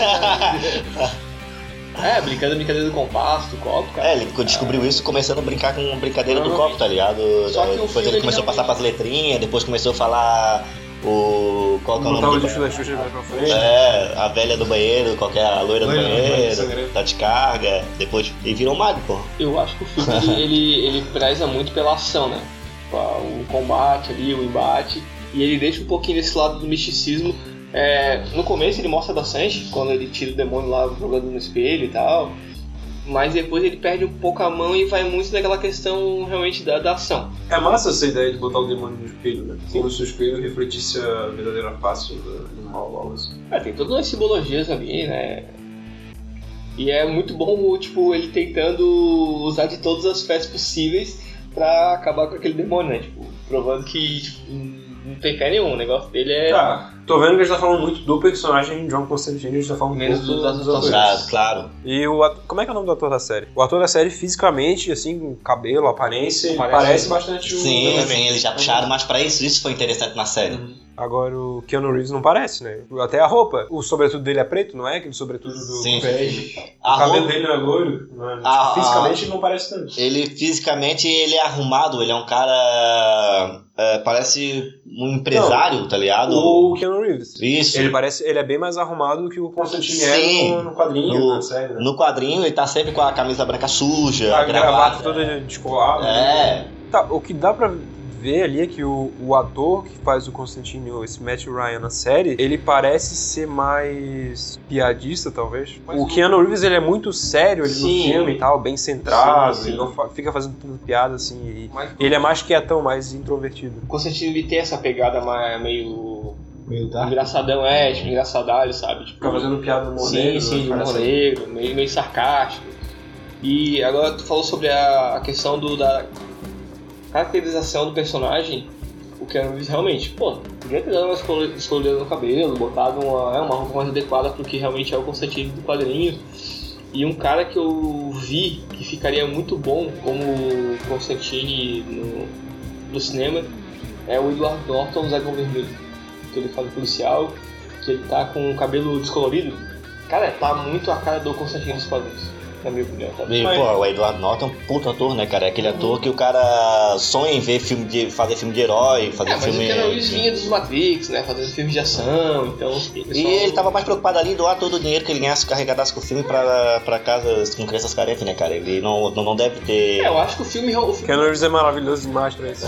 Speaker 3: É, brincando, brincadeira do compasso, do copo, cara.
Speaker 2: É, ele ficou- descobriu isso começando a brincar com brincadeira do copo,
Speaker 3: Provavelmente.
Speaker 2: tá ligado?
Speaker 3: Só que o
Speaker 2: Depois
Speaker 3: filho,
Speaker 2: ele
Speaker 3: ele
Speaker 1: é um
Speaker 2: começou a passar
Speaker 3: realmente-
Speaker 2: pras letrinhas, depois começou a falar o. Qual que é o
Speaker 1: Botar o
Speaker 2: nome do
Speaker 1: lixo da Xuxa mais pra frente.
Speaker 2: É, a velha do banheiro, qualquer a loira do
Speaker 4: Loira do banheiro,
Speaker 2: banheiro,
Speaker 4: sangrento.
Speaker 2: tá de carga, depois. E virou um mago, pô.
Speaker 3: Eu acho que o filme ele, ele, ele preza muito pela ação, né? O combate ali, o embate. E ele deixa um pouquinho desse lado do misticismo. É, no começo ele mostra bastante, quando ele tira o demônio lá jogando no espelho e tal. Mas depois ele perde um pouco a mão e vai muito naquela questão realmente da, da ação.
Speaker 1: É massa essa ideia de botar o demônio no espelho, né? Como se o espelho refletisse a verdadeira face do animal, algo assim.
Speaker 3: É, tem todas as simbologias ali, né? E é muito bom, tipo, ele tentando usar de todas as peças possíveis pra acabar com aquele demônio, né? Tipo, provando que tipo, não tem fé nenhum. O negócio dele é.
Speaker 1: Tá, tô vendo que a gente tá falando muito do personagem John Constantine, a gente tá falando
Speaker 3: Menos
Speaker 1: pouco
Speaker 3: dos
Speaker 1: atores.
Speaker 3: atores.
Speaker 2: Ah, claro.
Speaker 1: E o ato- como é que é o nome do ator da série? O ator da série, fisicamente, assim, cabelo, aparência, ele
Speaker 3: Parece-
Speaker 1: parece, bastante o
Speaker 2: Sim,
Speaker 1: Demônio.
Speaker 2: sim, eles já puxaram mais pra isso, isso foi interessante na série.
Speaker 1: Agora o Keanu Reeves não parece, né? Até a roupa. O sobretudo dele é preto, não é? Aquele sobretudo do
Speaker 2: Sim.
Speaker 1: bege.
Speaker 2: A
Speaker 1: o cabelo
Speaker 2: roupa-
Speaker 1: dele não é loiro. não é?
Speaker 2: Ah, ah.
Speaker 1: Fisicamente ele não parece tanto.
Speaker 2: Ele fisicamente ele é arrumado, ele é um cara. é, parece um empresário, tá ligado?
Speaker 1: O Keanu Reeves.
Speaker 2: Isso.
Speaker 1: Ele parece. Ele é bem mais arrumado do que o Constantine
Speaker 2: Sim.
Speaker 1: é no, no quadrinho,
Speaker 2: No-
Speaker 1: na série, né?
Speaker 2: No quadrinho ele tá sempre com a camisa branca suja,
Speaker 1: A
Speaker 2: gravata.
Speaker 1: gravata toda descolada.
Speaker 2: É,
Speaker 1: Tá, o que dá pra ver ali é que o, o ator que faz o Constantino, esse Matt Ryan na série, ele parece ser mais piadista, talvez. o Keanu Reeves, ele é muito sério ali
Speaker 3: Sim.
Speaker 1: no filme e tal, bem centrado,
Speaker 3: Sim, sim.
Speaker 1: ele não fa- fica fazendo tanta piada assim. e-
Speaker 5: Mas-
Speaker 1: ele é mais quietão, mais introvertido.
Speaker 3: O Constantino ele tem essa pegada mais, meio.
Speaker 4: Meio tarde.
Speaker 3: engraçadão, é, tipo, engraçadalho, sabe? Tipo,
Speaker 1: tá? Fica fazendo piada no
Speaker 3: sim,
Speaker 1: modelo,
Speaker 3: sim, de humor
Speaker 1: parece-
Speaker 3: negro, meio, meio sarcástico. E agora tu falou sobre a, a questão do, da caracterização do personagem, o que eu realmente, pô, podia ter dado uma escol- escolhida no cabelo, botado uma, é, uma roupa mais adequada pro que realmente é o Constantino do quadrinho. E um cara que eu vi que ficaria muito bom como Constantine no, no cinema é o Edward Norton, o Zagão Vermelho. Que ele faz o policial, que ele tá com o cabelo descolorido. Cara, tá muito a cara do Constantine dos quadrinhos, na minha opinião. Tá?
Speaker 2: E, pô, o Edward Norton é um puto ator, né, cara? É aquele ator que o cara sonha em ver filme de. fazer filme de herói, fazer
Speaker 3: É, mas
Speaker 2: filme.
Speaker 3: o Keanu Reeves vinha dos Matrix, né? Fazendo filmes de ação, então...
Speaker 2: E ele tava mais preocupado ali em doar todo o dinheiro que ele ganhasse, carregadasse com o filme pra, pra casas com crianças carentes, né, cara? Ele não, não, não deve ter.
Speaker 3: É, eu acho que o filme... O filme
Speaker 1: Keanu Reeves é maravilhoso demais pra isso.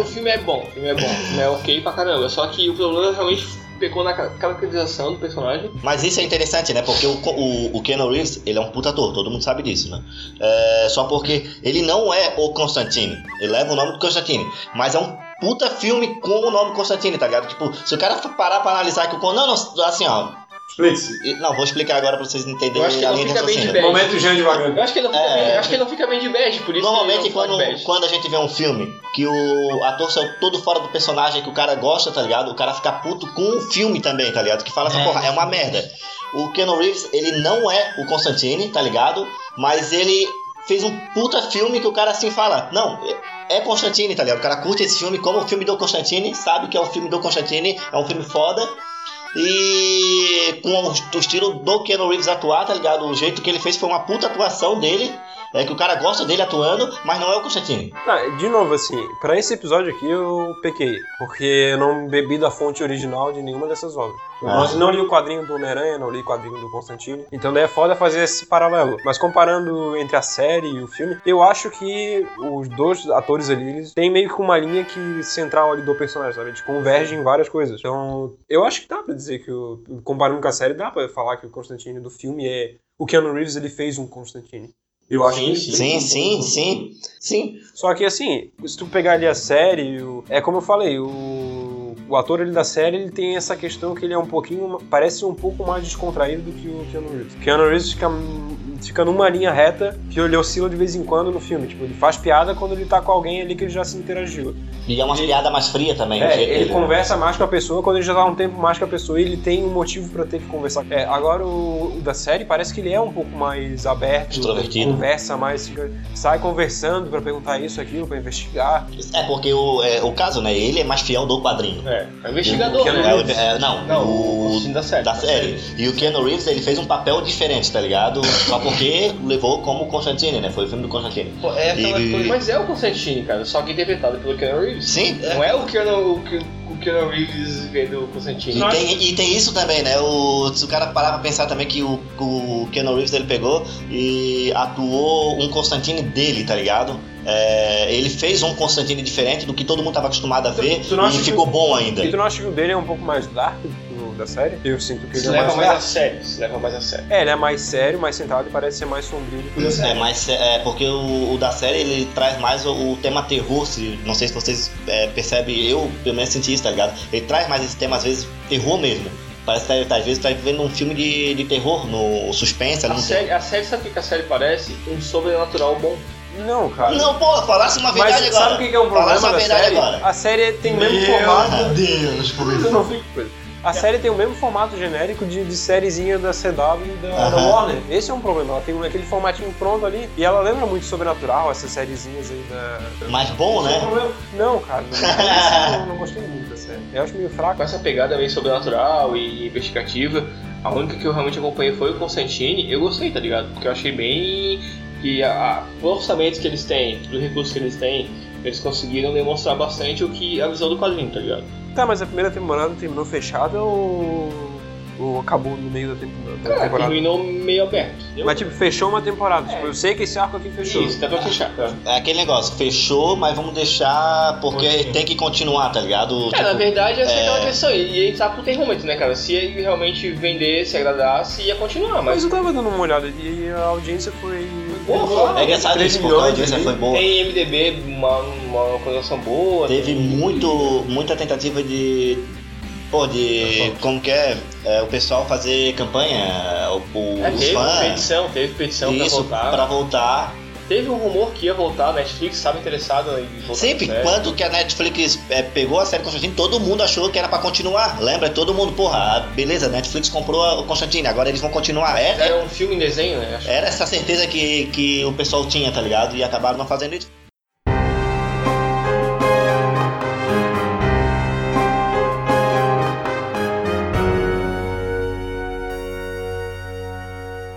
Speaker 3: o filme é bom, o filme é bom, o filme é ok pra caramba. Só que o problema realmente pecou na ca- caracterização do personagem.
Speaker 2: Mas isso é interessante, né? Porque o, o, o Keanu Reeves, ele é um puta ator, todo mundo sabe disso, né? É, só porque ele não é o Constantine. Ele leva o nome do Constantine. Mas é um puta filme com o nome Constantine, tá ligado? Tipo, se o cara parar pra analisar que o. Con- Não, não, assim, ó.
Speaker 5: Explique-se.
Speaker 2: e- Não, vou explicar agora pra vocês entenderem
Speaker 3: Eu acho que
Speaker 2: a
Speaker 3: não
Speaker 2: linha de
Speaker 3: fica bem
Speaker 2: raciocínio.
Speaker 3: de bege.
Speaker 5: Momento Jean devagar.
Speaker 3: Eu acho que ele não fica,
Speaker 2: É.
Speaker 3: bem, eu acho que ele não fica bem de bege, por isso é um
Speaker 2: Normalmente,
Speaker 3: que ele não
Speaker 2: quando,
Speaker 3: fala de bege.
Speaker 2: quando a gente vê um filme que o ator saiu todo fora do personagem que o cara gosta, tá ligado? O cara fica puto com o filme também, tá ligado? Que fala assim,
Speaker 4: É.
Speaker 2: porra, é uma merda. O Keanu Reeves, ele não é o Constantine, tá ligado? Mas ele fez um puta filme que o cara assim fala, não, é Constantine, tá ligado? O cara curte esse filme como o filme do Constantine, sabe que é o filme do Constantine, é um filme foda. E com o, o estilo do Keanu Reeves atuar, tá ligado? O jeito que ele fez foi uma puta atuação dele. É que o cara gosta dele atuando, mas não é o Constantine.
Speaker 1: Ah, de novo, assim, pra esse episódio aqui eu pequei, porque eu não bebi da fonte original de nenhuma dessas obras. Eu
Speaker 2: Ah.
Speaker 1: não- não li o quadrinho do Homem-Aranha, não li o quadrinho do Constantine, então daí é foda fazer esse paralelo. Mas comparando entre a série e o filme, eu acho que os dois atores ali, eles têm meio que uma linha que central ali do personagem, sabe? Eles convergem em várias coisas. Então, eu acho que dá pra dizer que, o, comparando com a série, dá pra falar que o Constantine do filme é... O Keanu Reeves, ele fez um Constantine. Eu acho
Speaker 3: Sim,
Speaker 1: que
Speaker 2: Sim, sim, sim. Sim.
Speaker 1: só que assim, se tu pegar ali a série, o- é como eu falei, o, o ator ali da série ele tem essa questão que ele é um pouquinho, parece um pouco mais descontraído do que o Keanu Reeves. O Keanu Reeves fica, fica numa linha reta que ele oscila de vez em quando no filme. Tipo, ele faz piada quando ele tá com alguém ali que ele já se interagiu.
Speaker 2: E é uma
Speaker 1: Ele-
Speaker 2: piada mais fria também. o
Speaker 1: É,
Speaker 2: jeito
Speaker 1: ele
Speaker 2: dele.
Speaker 1: conversa mais com a pessoa quando ele já tá um tempo mais com a pessoa e ele tem um motivo pra ter que conversar. É, agora o, o da série parece que ele é um pouco mais aberto,
Speaker 2: Extrovertido.
Speaker 1: conversa mais, fica- sai conversando pra perguntar isso, aquilo, pra investigar.
Speaker 2: É, porque o, é, o caso, né? Ele é mais fiel do quadrinho.
Speaker 3: É, é o investigador,
Speaker 1: O Keanu
Speaker 2: É,
Speaker 3: né?
Speaker 2: o- é, não,
Speaker 3: Não,
Speaker 2: o,
Speaker 3: o filme da série.
Speaker 2: da série. E o Keanu Reeves, ele fez um papel diferente, tá ligado? Só porque levou como Constantine, né? Foi o filme do Constantine.
Speaker 4: Pô, é aquela
Speaker 2: E-
Speaker 4: coisa.
Speaker 3: Mas é o Constantine, cara, só que interpretado pelo Keanu Reeves.
Speaker 2: Sim.
Speaker 3: Não é o Keanu, o Ke- o Keanu Reeves vendo o Constantine.
Speaker 2: E tem, e tem isso também, né? O, se o cara parar pra pensar também que o, o Keanu Reeves ele pegou e atuou um Constantine dele, tá ligado? É, ele fez um Constantine diferente do que todo mundo tava acostumado a ver
Speaker 1: tu não acha
Speaker 2: e
Speaker 1: que
Speaker 2: ficou bom
Speaker 1: E
Speaker 2: ainda.
Speaker 1: tu não acha que o dele é um pouco mais dark do que o da série? Eu sinto que ele
Speaker 3: Se
Speaker 1: é
Speaker 3: leva
Speaker 1: mais
Speaker 3: mais a
Speaker 1: dark.
Speaker 3: sério, se leva mais a sério.
Speaker 1: É, ele é mais sério, mais sentado e parece ser mais sombrio do que o da série.
Speaker 2: É, mas é, porque o, o da série ele traz mais o, o tema terror, se, não sei se vocês é, percebem, eu pelo menos senti isso, tá ligado? Ele traz mais esse tema, às vezes, terror mesmo. Parece que tá- às vezes tá vendo um filme de, de terror, no suspense,
Speaker 3: A
Speaker 2: não
Speaker 3: série, a série, sabe o que a série parece? Um sobrenatural bom.
Speaker 1: Não, cara.
Speaker 2: Não, pô, falasse uma
Speaker 1: Mas
Speaker 2: verdade agora.
Speaker 1: sabe o que que é um
Speaker 2: Falasse
Speaker 1: problema
Speaker 2: uma
Speaker 1: da
Speaker 2: verdade
Speaker 1: série?
Speaker 2: agora.
Speaker 1: A série tem o
Speaker 4: Meu
Speaker 1: mesmo formato
Speaker 4: Deus,
Speaker 1: Eu
Speaker 4: como é
Speaker 1: não fico com ele. A série tem o mesmo formato genérico de, de sériezinha da CW e da, da
Speaker 2: Aham.
Speaker 1: Warner. Esse é um problema. Ela tem aquele formatinho pronto ali e ela lembra muito Sobrenatural, essas sériezinhas aí da.
Speaker 2: Mas bom,
Speaker 1: Esse é um
Speaker 2: né?
Speaker 1: problema. Não, cara. Não, não, não gostei muito da série. Eu acho meio fraco.
Speaker 3: Com essa pegada meio sobrenatural e investigativa, a única que eu realmente acompanhei foi o Constantine. Eu gostei, tá ligado? Porque eu achei bem que a, a, os orçamentos que eles têm, os recursos que eles têm, eles conseguiram demonstrar bastante o que a visão do quadrinho, tá ligado?
Speaker 1: Tá, mas a primeira temporada terminou fechada ou. ou acabou no meio da tempo- da
Speaker 3: Cara,
Speaker 1: temporada?
Speaker 3: terminou meio aberto. entendeu?
Speaker 1: Mas tipo, fechou uma temporada. Tipo, eu sei que esse arco aqui fechou.
Speaker 3: Isso, dá pra fechar, tá? cara.
Speaker 2: É aquele negócio, fechou, mas vamos deixar porque
Speaker 4: Continua.
Speaker 2: tem que continuar, tá ligado?
Speaker 3: É, na
Speaker 2: Tipo,
Speaker 3: verdade, essa é aquela
Speaker 2: é.
Speaker 3: questão. E ele tá pro momento, né, cara? Se ele realmente vendesse, agradasse, ia continuar,
Speaker 1: Mas
Speaker 3: mas.
Speaker 1: eu tava dando uma olhada e a audiência foi.
Speaker 3: Porra,
Speaker 2: é engraçado
Speaker 1: Três
Speaker 2: isso, porque a
Speaker 1: milhões
Speaker 2: audiência
Speaker 1: de-
Speaker 2: foi boa.
Speaker 3: Tem MDB, uma, uma conexão boa.
Speaker 2: Teve
Speaker 3: tem-
Speaker 2: muito, muita tentativa de. Pô,
Speaker 1: Tá
Speaker 2: de. Como que é? é, o pessoal fazer campanha, o, o-
Speaker 3: É,
Speaker 2: os
Speaker 3: teve
Speaker 2: fãs.
Speaker 3: petição, teve petição pra
Speaker 2: isso,
Speaker 3: voltar.
Speaker 2: pra voltar.
Speaker 3: Teve um rumor que ia voltar, a Netflix estava interessada em voltar.
Speaker 2: Sempre,
Speaker 3: pra série.
Speaker 2: quando que a Netflix é, pegou a série Constantine, todo mundo achou que era pra continuar. Lembra? Todo mundo, porra, ah, beleza, a Netflix comprou a- o Constantine, agora eles vão continuar. É- é-
Speaker 3: Era um filme em desenho, né? Acho.
Speaker 2: era essa certeza que, que o pessoal tinha, tá ligado? E acabaram não fazendo isso.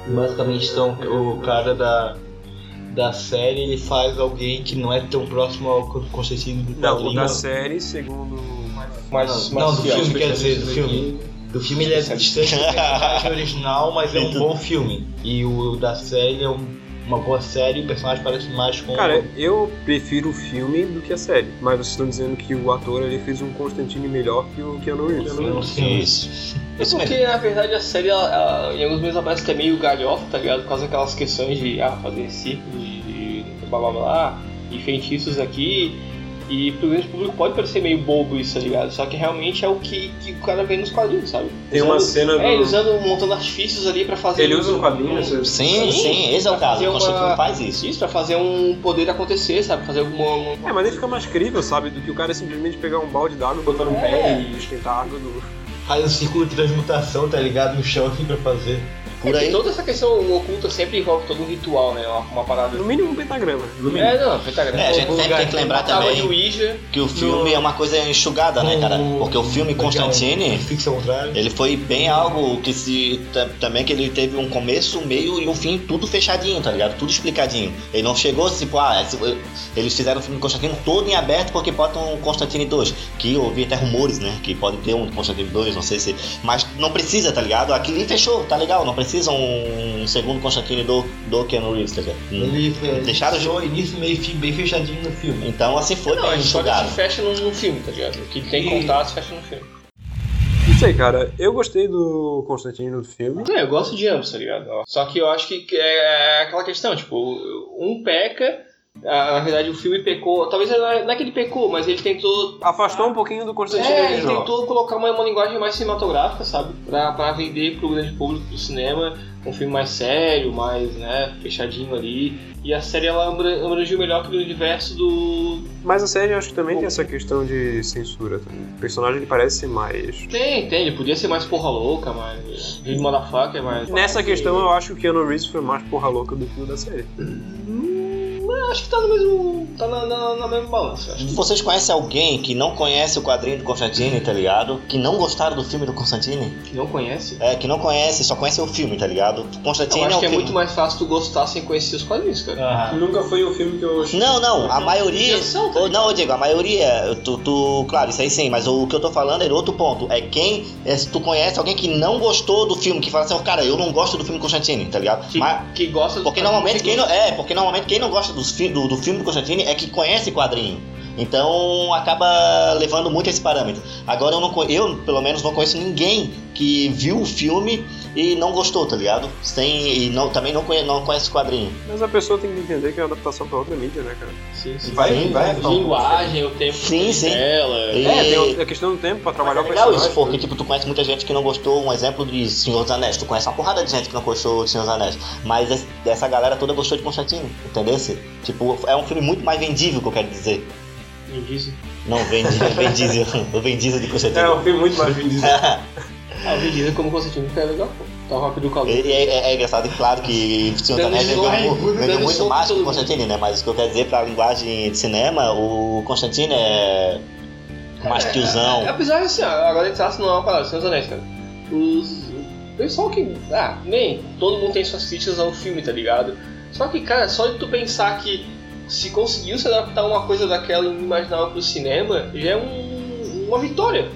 Speaker 6: Basicamente, então, o cara da, da série ele faz alguém que não é tão próximo ao Con- Constantine do
Speaker 1: Não, o
Speaker 6: quadrinho.
Speaker 1: da série, segundo
Speaker 5: Mas,
Speaker 6: Não, do
Speaker 5: fiel,
Speaker 6: filme, quer dizer, do
Speaker 5: especialista
Speaker 6: filme.
Speaker 5: aqui.
Speaker 6: Do filme ele é distante do personagem original, mas é um
Speaker 2: Então-
Speaker 6: bom filme. E o da série é um- uma boa série e o personagem parece mais com.
Speaker 1: Cara, eu prefiro o filme do que a série. Mas vocês estão dizendo que o ator ele fez um Constantine melhor que o Keanu Reeves.
Speaker 6: Sim, sim.
Speaker 2: Isso.
Speaker 3: Isso
Speaker 2: Isso mesmo.
Speaker 3: porque, na verdade, a série, ela, ela- em alguns meses, ela parece que é meio galhofa, tá ligado? Por causa daquelas questões de ah, fazer ciclo, de, de blá blá blá, e feitiços aqui. E pro grande público pode parecer meio bobo isso, tá ligado? Só que realmente é o que, que o cara vê nos quadrinhos, sabe?
Speaker 1: Tem uma cena
Speaker 3: É, ele
Speaker 1: do...
Speaker 3: usando, montando artifícios ali pra fazer.
Speaker 1: Ele usa
Speaker 3: um-
Speaker 1: um quadrinho,
Speaker 3: um-
Speaker 1: você-
Speaker 2: Sim,
Speaker 3: Sim,
Speaker 2: sim, esse é o caso.
Speaker 3: fazer
Speaker 2: O Constantine
Speaker 3: uma-
Speaker 2: faz isso.
Speaker 3: Isso, pra fazer um poder acontecer, sabe? Fazer alguma. um-
Speaker 1: É, mas aí fica mais crível, sabe? Do que o cara simplesmente pegar um balde d'água, botar no pé e esquentar a água do...
Speaker 6: Faz um círculo de transmutação, tá ligado? No chão aqui pra fazer.
Speaker 2: Por aí.
Speaker 3: é Toda essa questão oculta sempre envolve todo um ritual, né? Uma, uma parada.
Speaker 1: No mínimo um pentagrama.
Speaker 3: É, não, pentagrama.
Speaker 2: É, a gente
Speaker 6: Algum
Speaker 2: sempre
Speaker 6: lugar
Speaker 2: tem que lembrar
Speaker 3: Tava
Speaker 2: também
Speaker 3: de Ouija.
Speaker 2: que o filme é uma coisa enxugada, né, cara?
Speaker 6: Hum.
Speaker 2: Porque é o filme
Speaker 4: né?
Speaker 2: Constantine,
Speaker 6: Fixa ao contrário.
Speaker 2: ele foi bem algo que se. ta- Também que ele teve um começo, um meio e um fim, tudo fechadinho, tá ligado? Tudo explicadinho. Ele não chegou tipo, ah, esse- eles fizeram o filme Constantine todo em aberto porque botam um Constantine 2. Que eu ouvi até rumores, né? Que pode ter um Constantine 2, não sei se. Mas não precisa, tá ligado? Aquilo fechou, tá legal, não precisa um segundo Constantine do, do Keanu Reeves, tá ligado?
Speaker 6: Ele ele
Speaker 2: Deixaram
Speaker 6: deixou início, meio e fim, bem fechadinho no filme.
Speaker 2: Então assim foi
Speaker 3: Não, a
Speaker 2: bem
Speaker 3: história
Speaker 2: enxugado.
Speaker 3: se fecha num, num filme, tá ligado? O que tem que
Speaker 6: E-
Speaker 3: contar se fecha num filme.
Speaker 1: Não sei, cara. Eu gostei do Constantine do filme.
Speaker 3: É, eu gosto de ambos, tá ligado? Ó, Só que eu acho que é aquela questão, tipo, um peca. ah, Na verdade, o filme pecou. Talvez não é não é que ele pecou, mas ele tentou
Speaker 1: Afastou um pouquinho do Constantine
Speaker 3: É, ele
Speaker 1: original.
Speaker 3: tentou colocar uma, uma linguagem mais cinematográfica, sabe? Pra, pra vender pro grande público do cinema um filme mais sério, mais, né, fechadinho ali. E a série, ela abra- abrangiu melhor que o universo do...
Speaker 1: Mas a série eu acho que também tem essa questão de censura. também. O personagem ele parece ser mais...
Speaker 3: Tem, tem, ele podia ser mais porra louca, mais... Vídeo motherfucker, mas...
Speaker 1: Nessa questão eu acho que o Keanu Reeves foi mais porra louca do que o da série.
Speaker 3: Hum, eu acho que tá no mesmo... Tá na, na, na mesma balança, eu acho.
Speaker 2: Vocês conhecem alguém que não conhece o quadrinho do Constantine, tá ligado? Que não gostaram do filme do Constantine?
Speaker 3: Que não conhece...
Speaker 2: É, que não conhece, só conhece o filme, tá ligado? Constantine é
Speaker 3: Eu acho
Speaker 2: o
Speaker 3: que é
Speaker 2: filme.
Speaker 3: muito mais fácil tu gostar sem conhecer os quadrinhos, cara.
Speaker 1: Ah.
Speaker 5: Nunca foi um filme que eu achei.
Speaker 2: Não, não, a maioria.
Speaker 3: São, tá
Speaker 2: Ou, não, eu digo, a maioria, é, tu, tu- Claro, isso aí sim, mas o que eu tô falando é outro ponto. É quem. É, se tu conhece alguém que não gostou do filme, que fala assim, "Ó, cara, eu não gosto do filme Constantine, tá ligado?
Speaker 3: Que,
Speaker 2: Mas-
Speaker 3: que gosta... dos
Speaker 2: Porque
Speaker 3: quadrinhos,
Speaker 2: normalmente
Speaker 3: que
Speaker 2: quem não, é, porque normalmente quem não gosta dos fi- do, do filme do Constantine é que conhece quadrinho. Então acaba levando muito esse parâmetro. Agora eu não co- eu pelo menos não conheço ninguém que viu o filme e não gostou, tá ligado? Sem e não também não conhece, não conhece quadrinho.
Speaker 1: Mas a pessoa tem que entender que é uma adaptação pra outra mídia, né, cara?
Speaker 3: Sim, sim.
Speaker 5: Vai,
Speaker 2: Sim,
Speaker 5: vai, vai.
Speaker 3: Linguagem, o tempo
Speaker 2: Sim, sim.
Speaker 3: dela...
Speaker 2: E-
Speaker 1: É, tem a questão do tempo pra trabalhar
Speaker 2: é
Speaker 1: o
Speaker 2: legal
Speaker 1: personagem. né?
Speaker 2: isso, porque tipo, tu conhece muita gente que não gostou, um exemplo de Senhor dos Anéis, tu conhece uma porrada de gente que não gostou de Senhor dos Anéis, mas es- essa galera toda gostou de Constantine, entendeu? Tipo, é um filme muito mais vendível que eu quero dizer.
Speaker 3: Me diz
Speaker 2: Não, vendível, vendível, o vendível de Constantine.
Speaker 1: É, eu fui muito mais bem dizer.
Speaker 3: Ah, o Vin Diesel como Constantino que é legal, pô. Tá o rock do calor.
Speaker 2: E é, é- é engraçado, claro, que o Senhor dos
Speaker 3: Dando
Speaker 2: Anéis vendeu,
Speaker 3: soco,
Speaker 2: mu- vendeu
Speaker 3: dando
Speaker 2: muito
Speaker 3: soco
Speaker 2: mais que o
Speaker 3: todo
Speaker 2: Constantine, né? Mas o que eu quero dizer pra linguagem de cinema, o Constantine é mais
Speaker 3: É,
Speaker 2: tiozão.
Speaker 3: Apesar de assim, ó, agora de traço não é uma parada, sendo honesto, cara. Os. O pessoal que. Ah, nem. Todo mundo tem suas críticas ao filme, tá ligado? Só que, cara, só de tu pensar que se conseguiu se adaptar uma coisa daquela inimaginável pro cinema, já é um, uma vitória.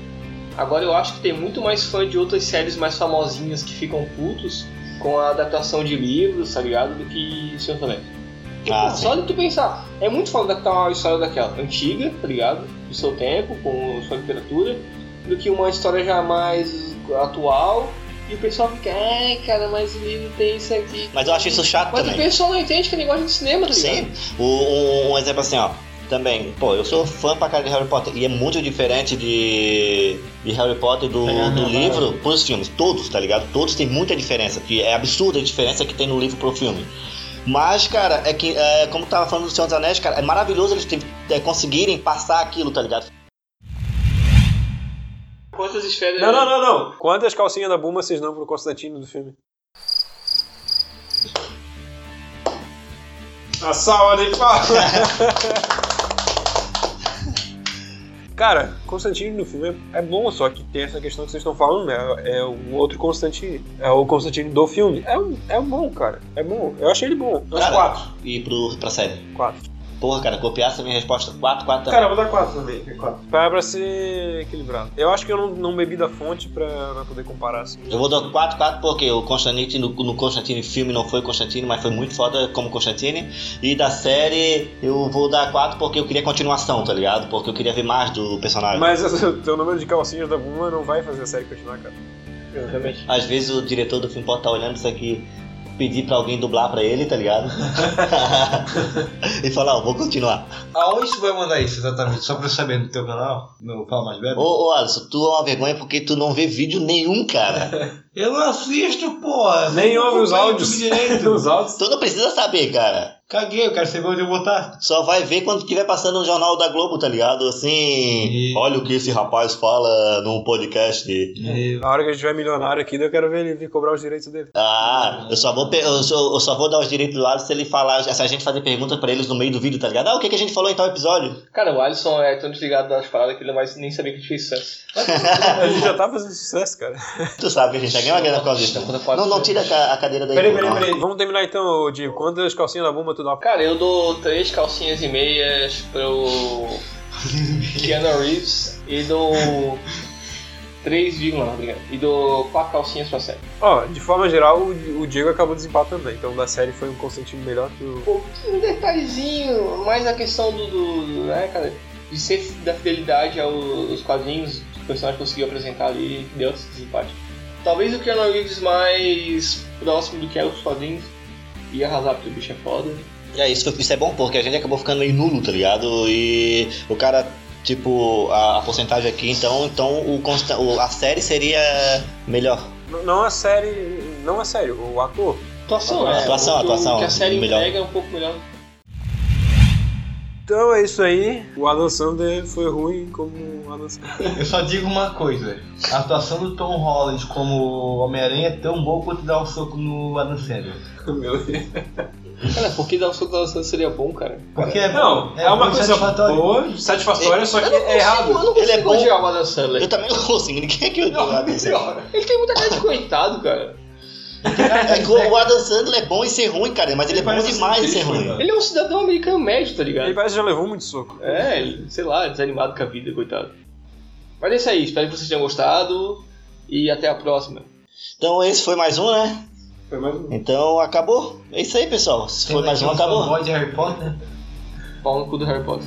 Speaker 3: Agora eu acho que tem muito mais fã de outras séries mais famosinhas que ficam putos com a adaptação de livros, tá ligado? Do que Senhor dos Anéis. Porque,
Speaker 2: Ah,
Speaker 3: pô,
Speaker 2: sim.
Speaker 3: só de tu pensar, é muito foda adaptar uma história daquela antiga, tá ligado? Do seu tempo, com sua literatura, do que uma história já mais atual. E o pessoal fica, ai cara, mas o livro tem isso aqui.
Speaker 2: Mas eu acho isso chato
Speaker 3: Mas o
Speaker 2: também.
Speaker 3: pessoal não entende que é negócio de cinema, tá ligado?
Speaker 2: Sim, o- um, um exemplo assim, ó. Também, pô, eu sou fã pra cara de Harry Potter e é muito diferente de, de Harry Potter do, do livro pros filmes. Todos, tá ligado? Todos têm muita diferença, que é absurda a diferença que tem no livro pro filme. Mas, cara, é que, é, como tava falando do Senhor dos Anéis, cara, é maravilhoso eles te, é, conseguirem passar aquilo, tá ligado?
Speaker 3: Quantas esferas.
Speaker 1: Não, não, não, não. Quantas calcinhas da Buma vocês dão pro Constantino do filme? A salva de palmas! Cara, Constantino no filme é bom, só que tem essa questão que vocês estão falando, né? É o outro Constantino. É o Constantino do filme. É, um- é um bom, cara. É bom. Eu achei ele bom. Mas
Speaker 2: Cara,
Speaker 1: quatro.
Speaker 2: E pro, pra série.
Speaker 1: Quatro.
Speaker 2: Porra, cara, copiasse a minha resposta 4, 4 também.
Speaker 5: Cara, eu vou dar 4 também. é quatro.
Speaker 1: Pra, pra ser equilibrado. Eu acho que eu não, não bebi da fonte pra, pra poder comparar assim.
Speaker 2: Eu vou dar 4, 4 porque o Constantine, no, no Constantine filme não foi Constantine, mas foi muito foda como Constantine. E da série eu vou dar 4 porque eu queria continuação, tá ligado? Porque eu queria ver mais do personagem.
Speaker 1: Mas assim, o teu número de calcinhas da Buma não vai fazer a série continuar, cara.
Speaker 3: Eu realmente.
Speaker 2: Às vezes o diretor do filme pode estar olhando isso aqui, pedir pra alguém dublar pra ele, tá ligado? e falar, ó, vou continuar.
Speaker 4: Aonde tu vai mandar isso exatamente? Só pra eu saber no teu canal? No Fala Mais Bebe?
Speaker 2: Ô, ô Alisson, tu é uma vergonha porque tu não vê vídeo nenhum, cara.
Speaker 4: Eu não assisto, porra!
Speaker 1: Nem
Speaker 4: Eu não
Speaker 1: ouve os
Speaker 4: acompanho
Speaker 1: áudios.
Speaker 4: tudo Direito.
Speaker 1: Os áudios.
Speaker 2: tu não precisa saber, cara.
Speaker 4: Caguei, eu quero saber onde eu botar.
Speaker 2: Só vai ver quando estiver passando no jornal da Globo, tá ligado? Assim,
Speaker 4: E-
Speaker 2: olha o que esse rapaz fala num podcast.
Speaker 1: Na hora que a gente vai milionário aqui, daí eu quero ver ele vir cobrar os direitos dele.
Speaker 2: Ah, eu só vou, pe- eu só, eu só vou dar os direitos do Alisson se ele falar, se a gente fazer pergunta pra eles no meio do vídeo, tá ligado? Ah, o que, que a gente falou em tal episódio?
Speaker 3: Cara, o Alisson é tão desligado das paradas que ele não vai nem saber que a gente fez sucesso.
Speaker 1: A gente já tá fazendo sucesso, cara.
Speaker 2: Tu sabe que a gente já ganha uma grana por causa disso.
Speaker 3: Quando eu falo
Speaker 2: Não, não
Speaker 3: isso,
Speaker 2: tira a ca- a cadeira daí.
Speaker 5: Peraí,
Speaker 2: pô.
Speaker 5: peraí, peraí.
Speaker 1: Vamos terminar então, ô, Diego. Quantas calcinhas da Buma tu dá?
Speaker 3: Cara, eu dou três calcinhas e meias pro Keanu Reeves e dou 3, não, obrigado. E dou quatro calcinhas pra série.
Speaker 1: Ó, de forma geral, o, o Diego acabou de desempatar também. Então da série foi um Constantino melhor que o.
Speaker 3: Um detalhezinho, mais a questão do, do- do- né, cara, de ser da fidelidade aos quadrinhos que o personagem conseguiu apresentar ali, deu esse desempate. Talvez o Keanu Reeves mais próximo do que é os quadrinhos ia arrasar, porque o bicho é foda.
Speaker 2: É, isso, foi- isso é bom porque a gente acabou ficando meio nulo, tá ligado? E o cara, tipo, a, a porcentagem aqui, então, então o, consta- o- a série seria melhor.
Speaker 1: N- Não a série. Não a série, o ator.
Speaker 3: Atuação, né?
Speaker 2: Atuação,
Speaker 3: O que o-
Speaker 2: atuação,
Speaker 3: que a série
Speaker 2: melhor.
Speaker 3: entrega é um pouco melhor.
Speaker 1: Então é isso aí. O Adam Sandler foi ruim como o Adam Sandler.
Speaker 4: Eu só digo uma coisa: a atuação do Tom Holland como Homem-Aranha é tão boa quanto dar um soco no Adam Sandler.
Speaker 1: Meu Deus.
Speaker 3: Cara, por que dar um soco na dançando seria bom, cara?
Speaker 4: Porque é
Speaker 5: Não,
Speaker 4: bom,
Speaker 5: é, uma
Speaker 4: bom e
Speaker 5: coisa
Speaker 4: satisfatório.
Speaker 5: boa, satisfatória, só que é
Speaker 3: Eu
Speaker 5: errado.
Speaker 3: não
Speaker 2: Ele é
Speaker 3: consigo
Speaker 2: bom.
Speaker 3: odiar o Adam Sandler.
Speaker 2: Eu também não consigo, ninguém é aqui odeia
Speaker 4: é
Speaker 2: o Adam Sandler.
Speaker 3: Ele tem muita cara de coitado, cara.
Speaker 2: É que o o Adam Sandler é bom em ser ruim, cara, mas ele, é bom
Speaker 5: parece
Speaker 2: demais em
Speaker 5: triste,
Speaker 2: ser ruim.
Speaker 5: cara.
Speaker 3: Ele é um cidadão americano médio, tá ligado?
Speaker 1: Ele parece que já levou muito soco.
Speaker 3: É, ele, sei lá, desanimado com a vida, coitado. Mas é isso aí, espero que vocês tenham gostado e até a próxima.
Speaker 2: Então esse foi mais um, né?
Speaker 5: Foi mais um.
Speaker 2: Então acabou. É isso aí, pessoal. Se foi mais um, acabou.
Speaker 4: Fanboy de Harry Potter.
Speaker 3: Pau no cu do Harry Potter.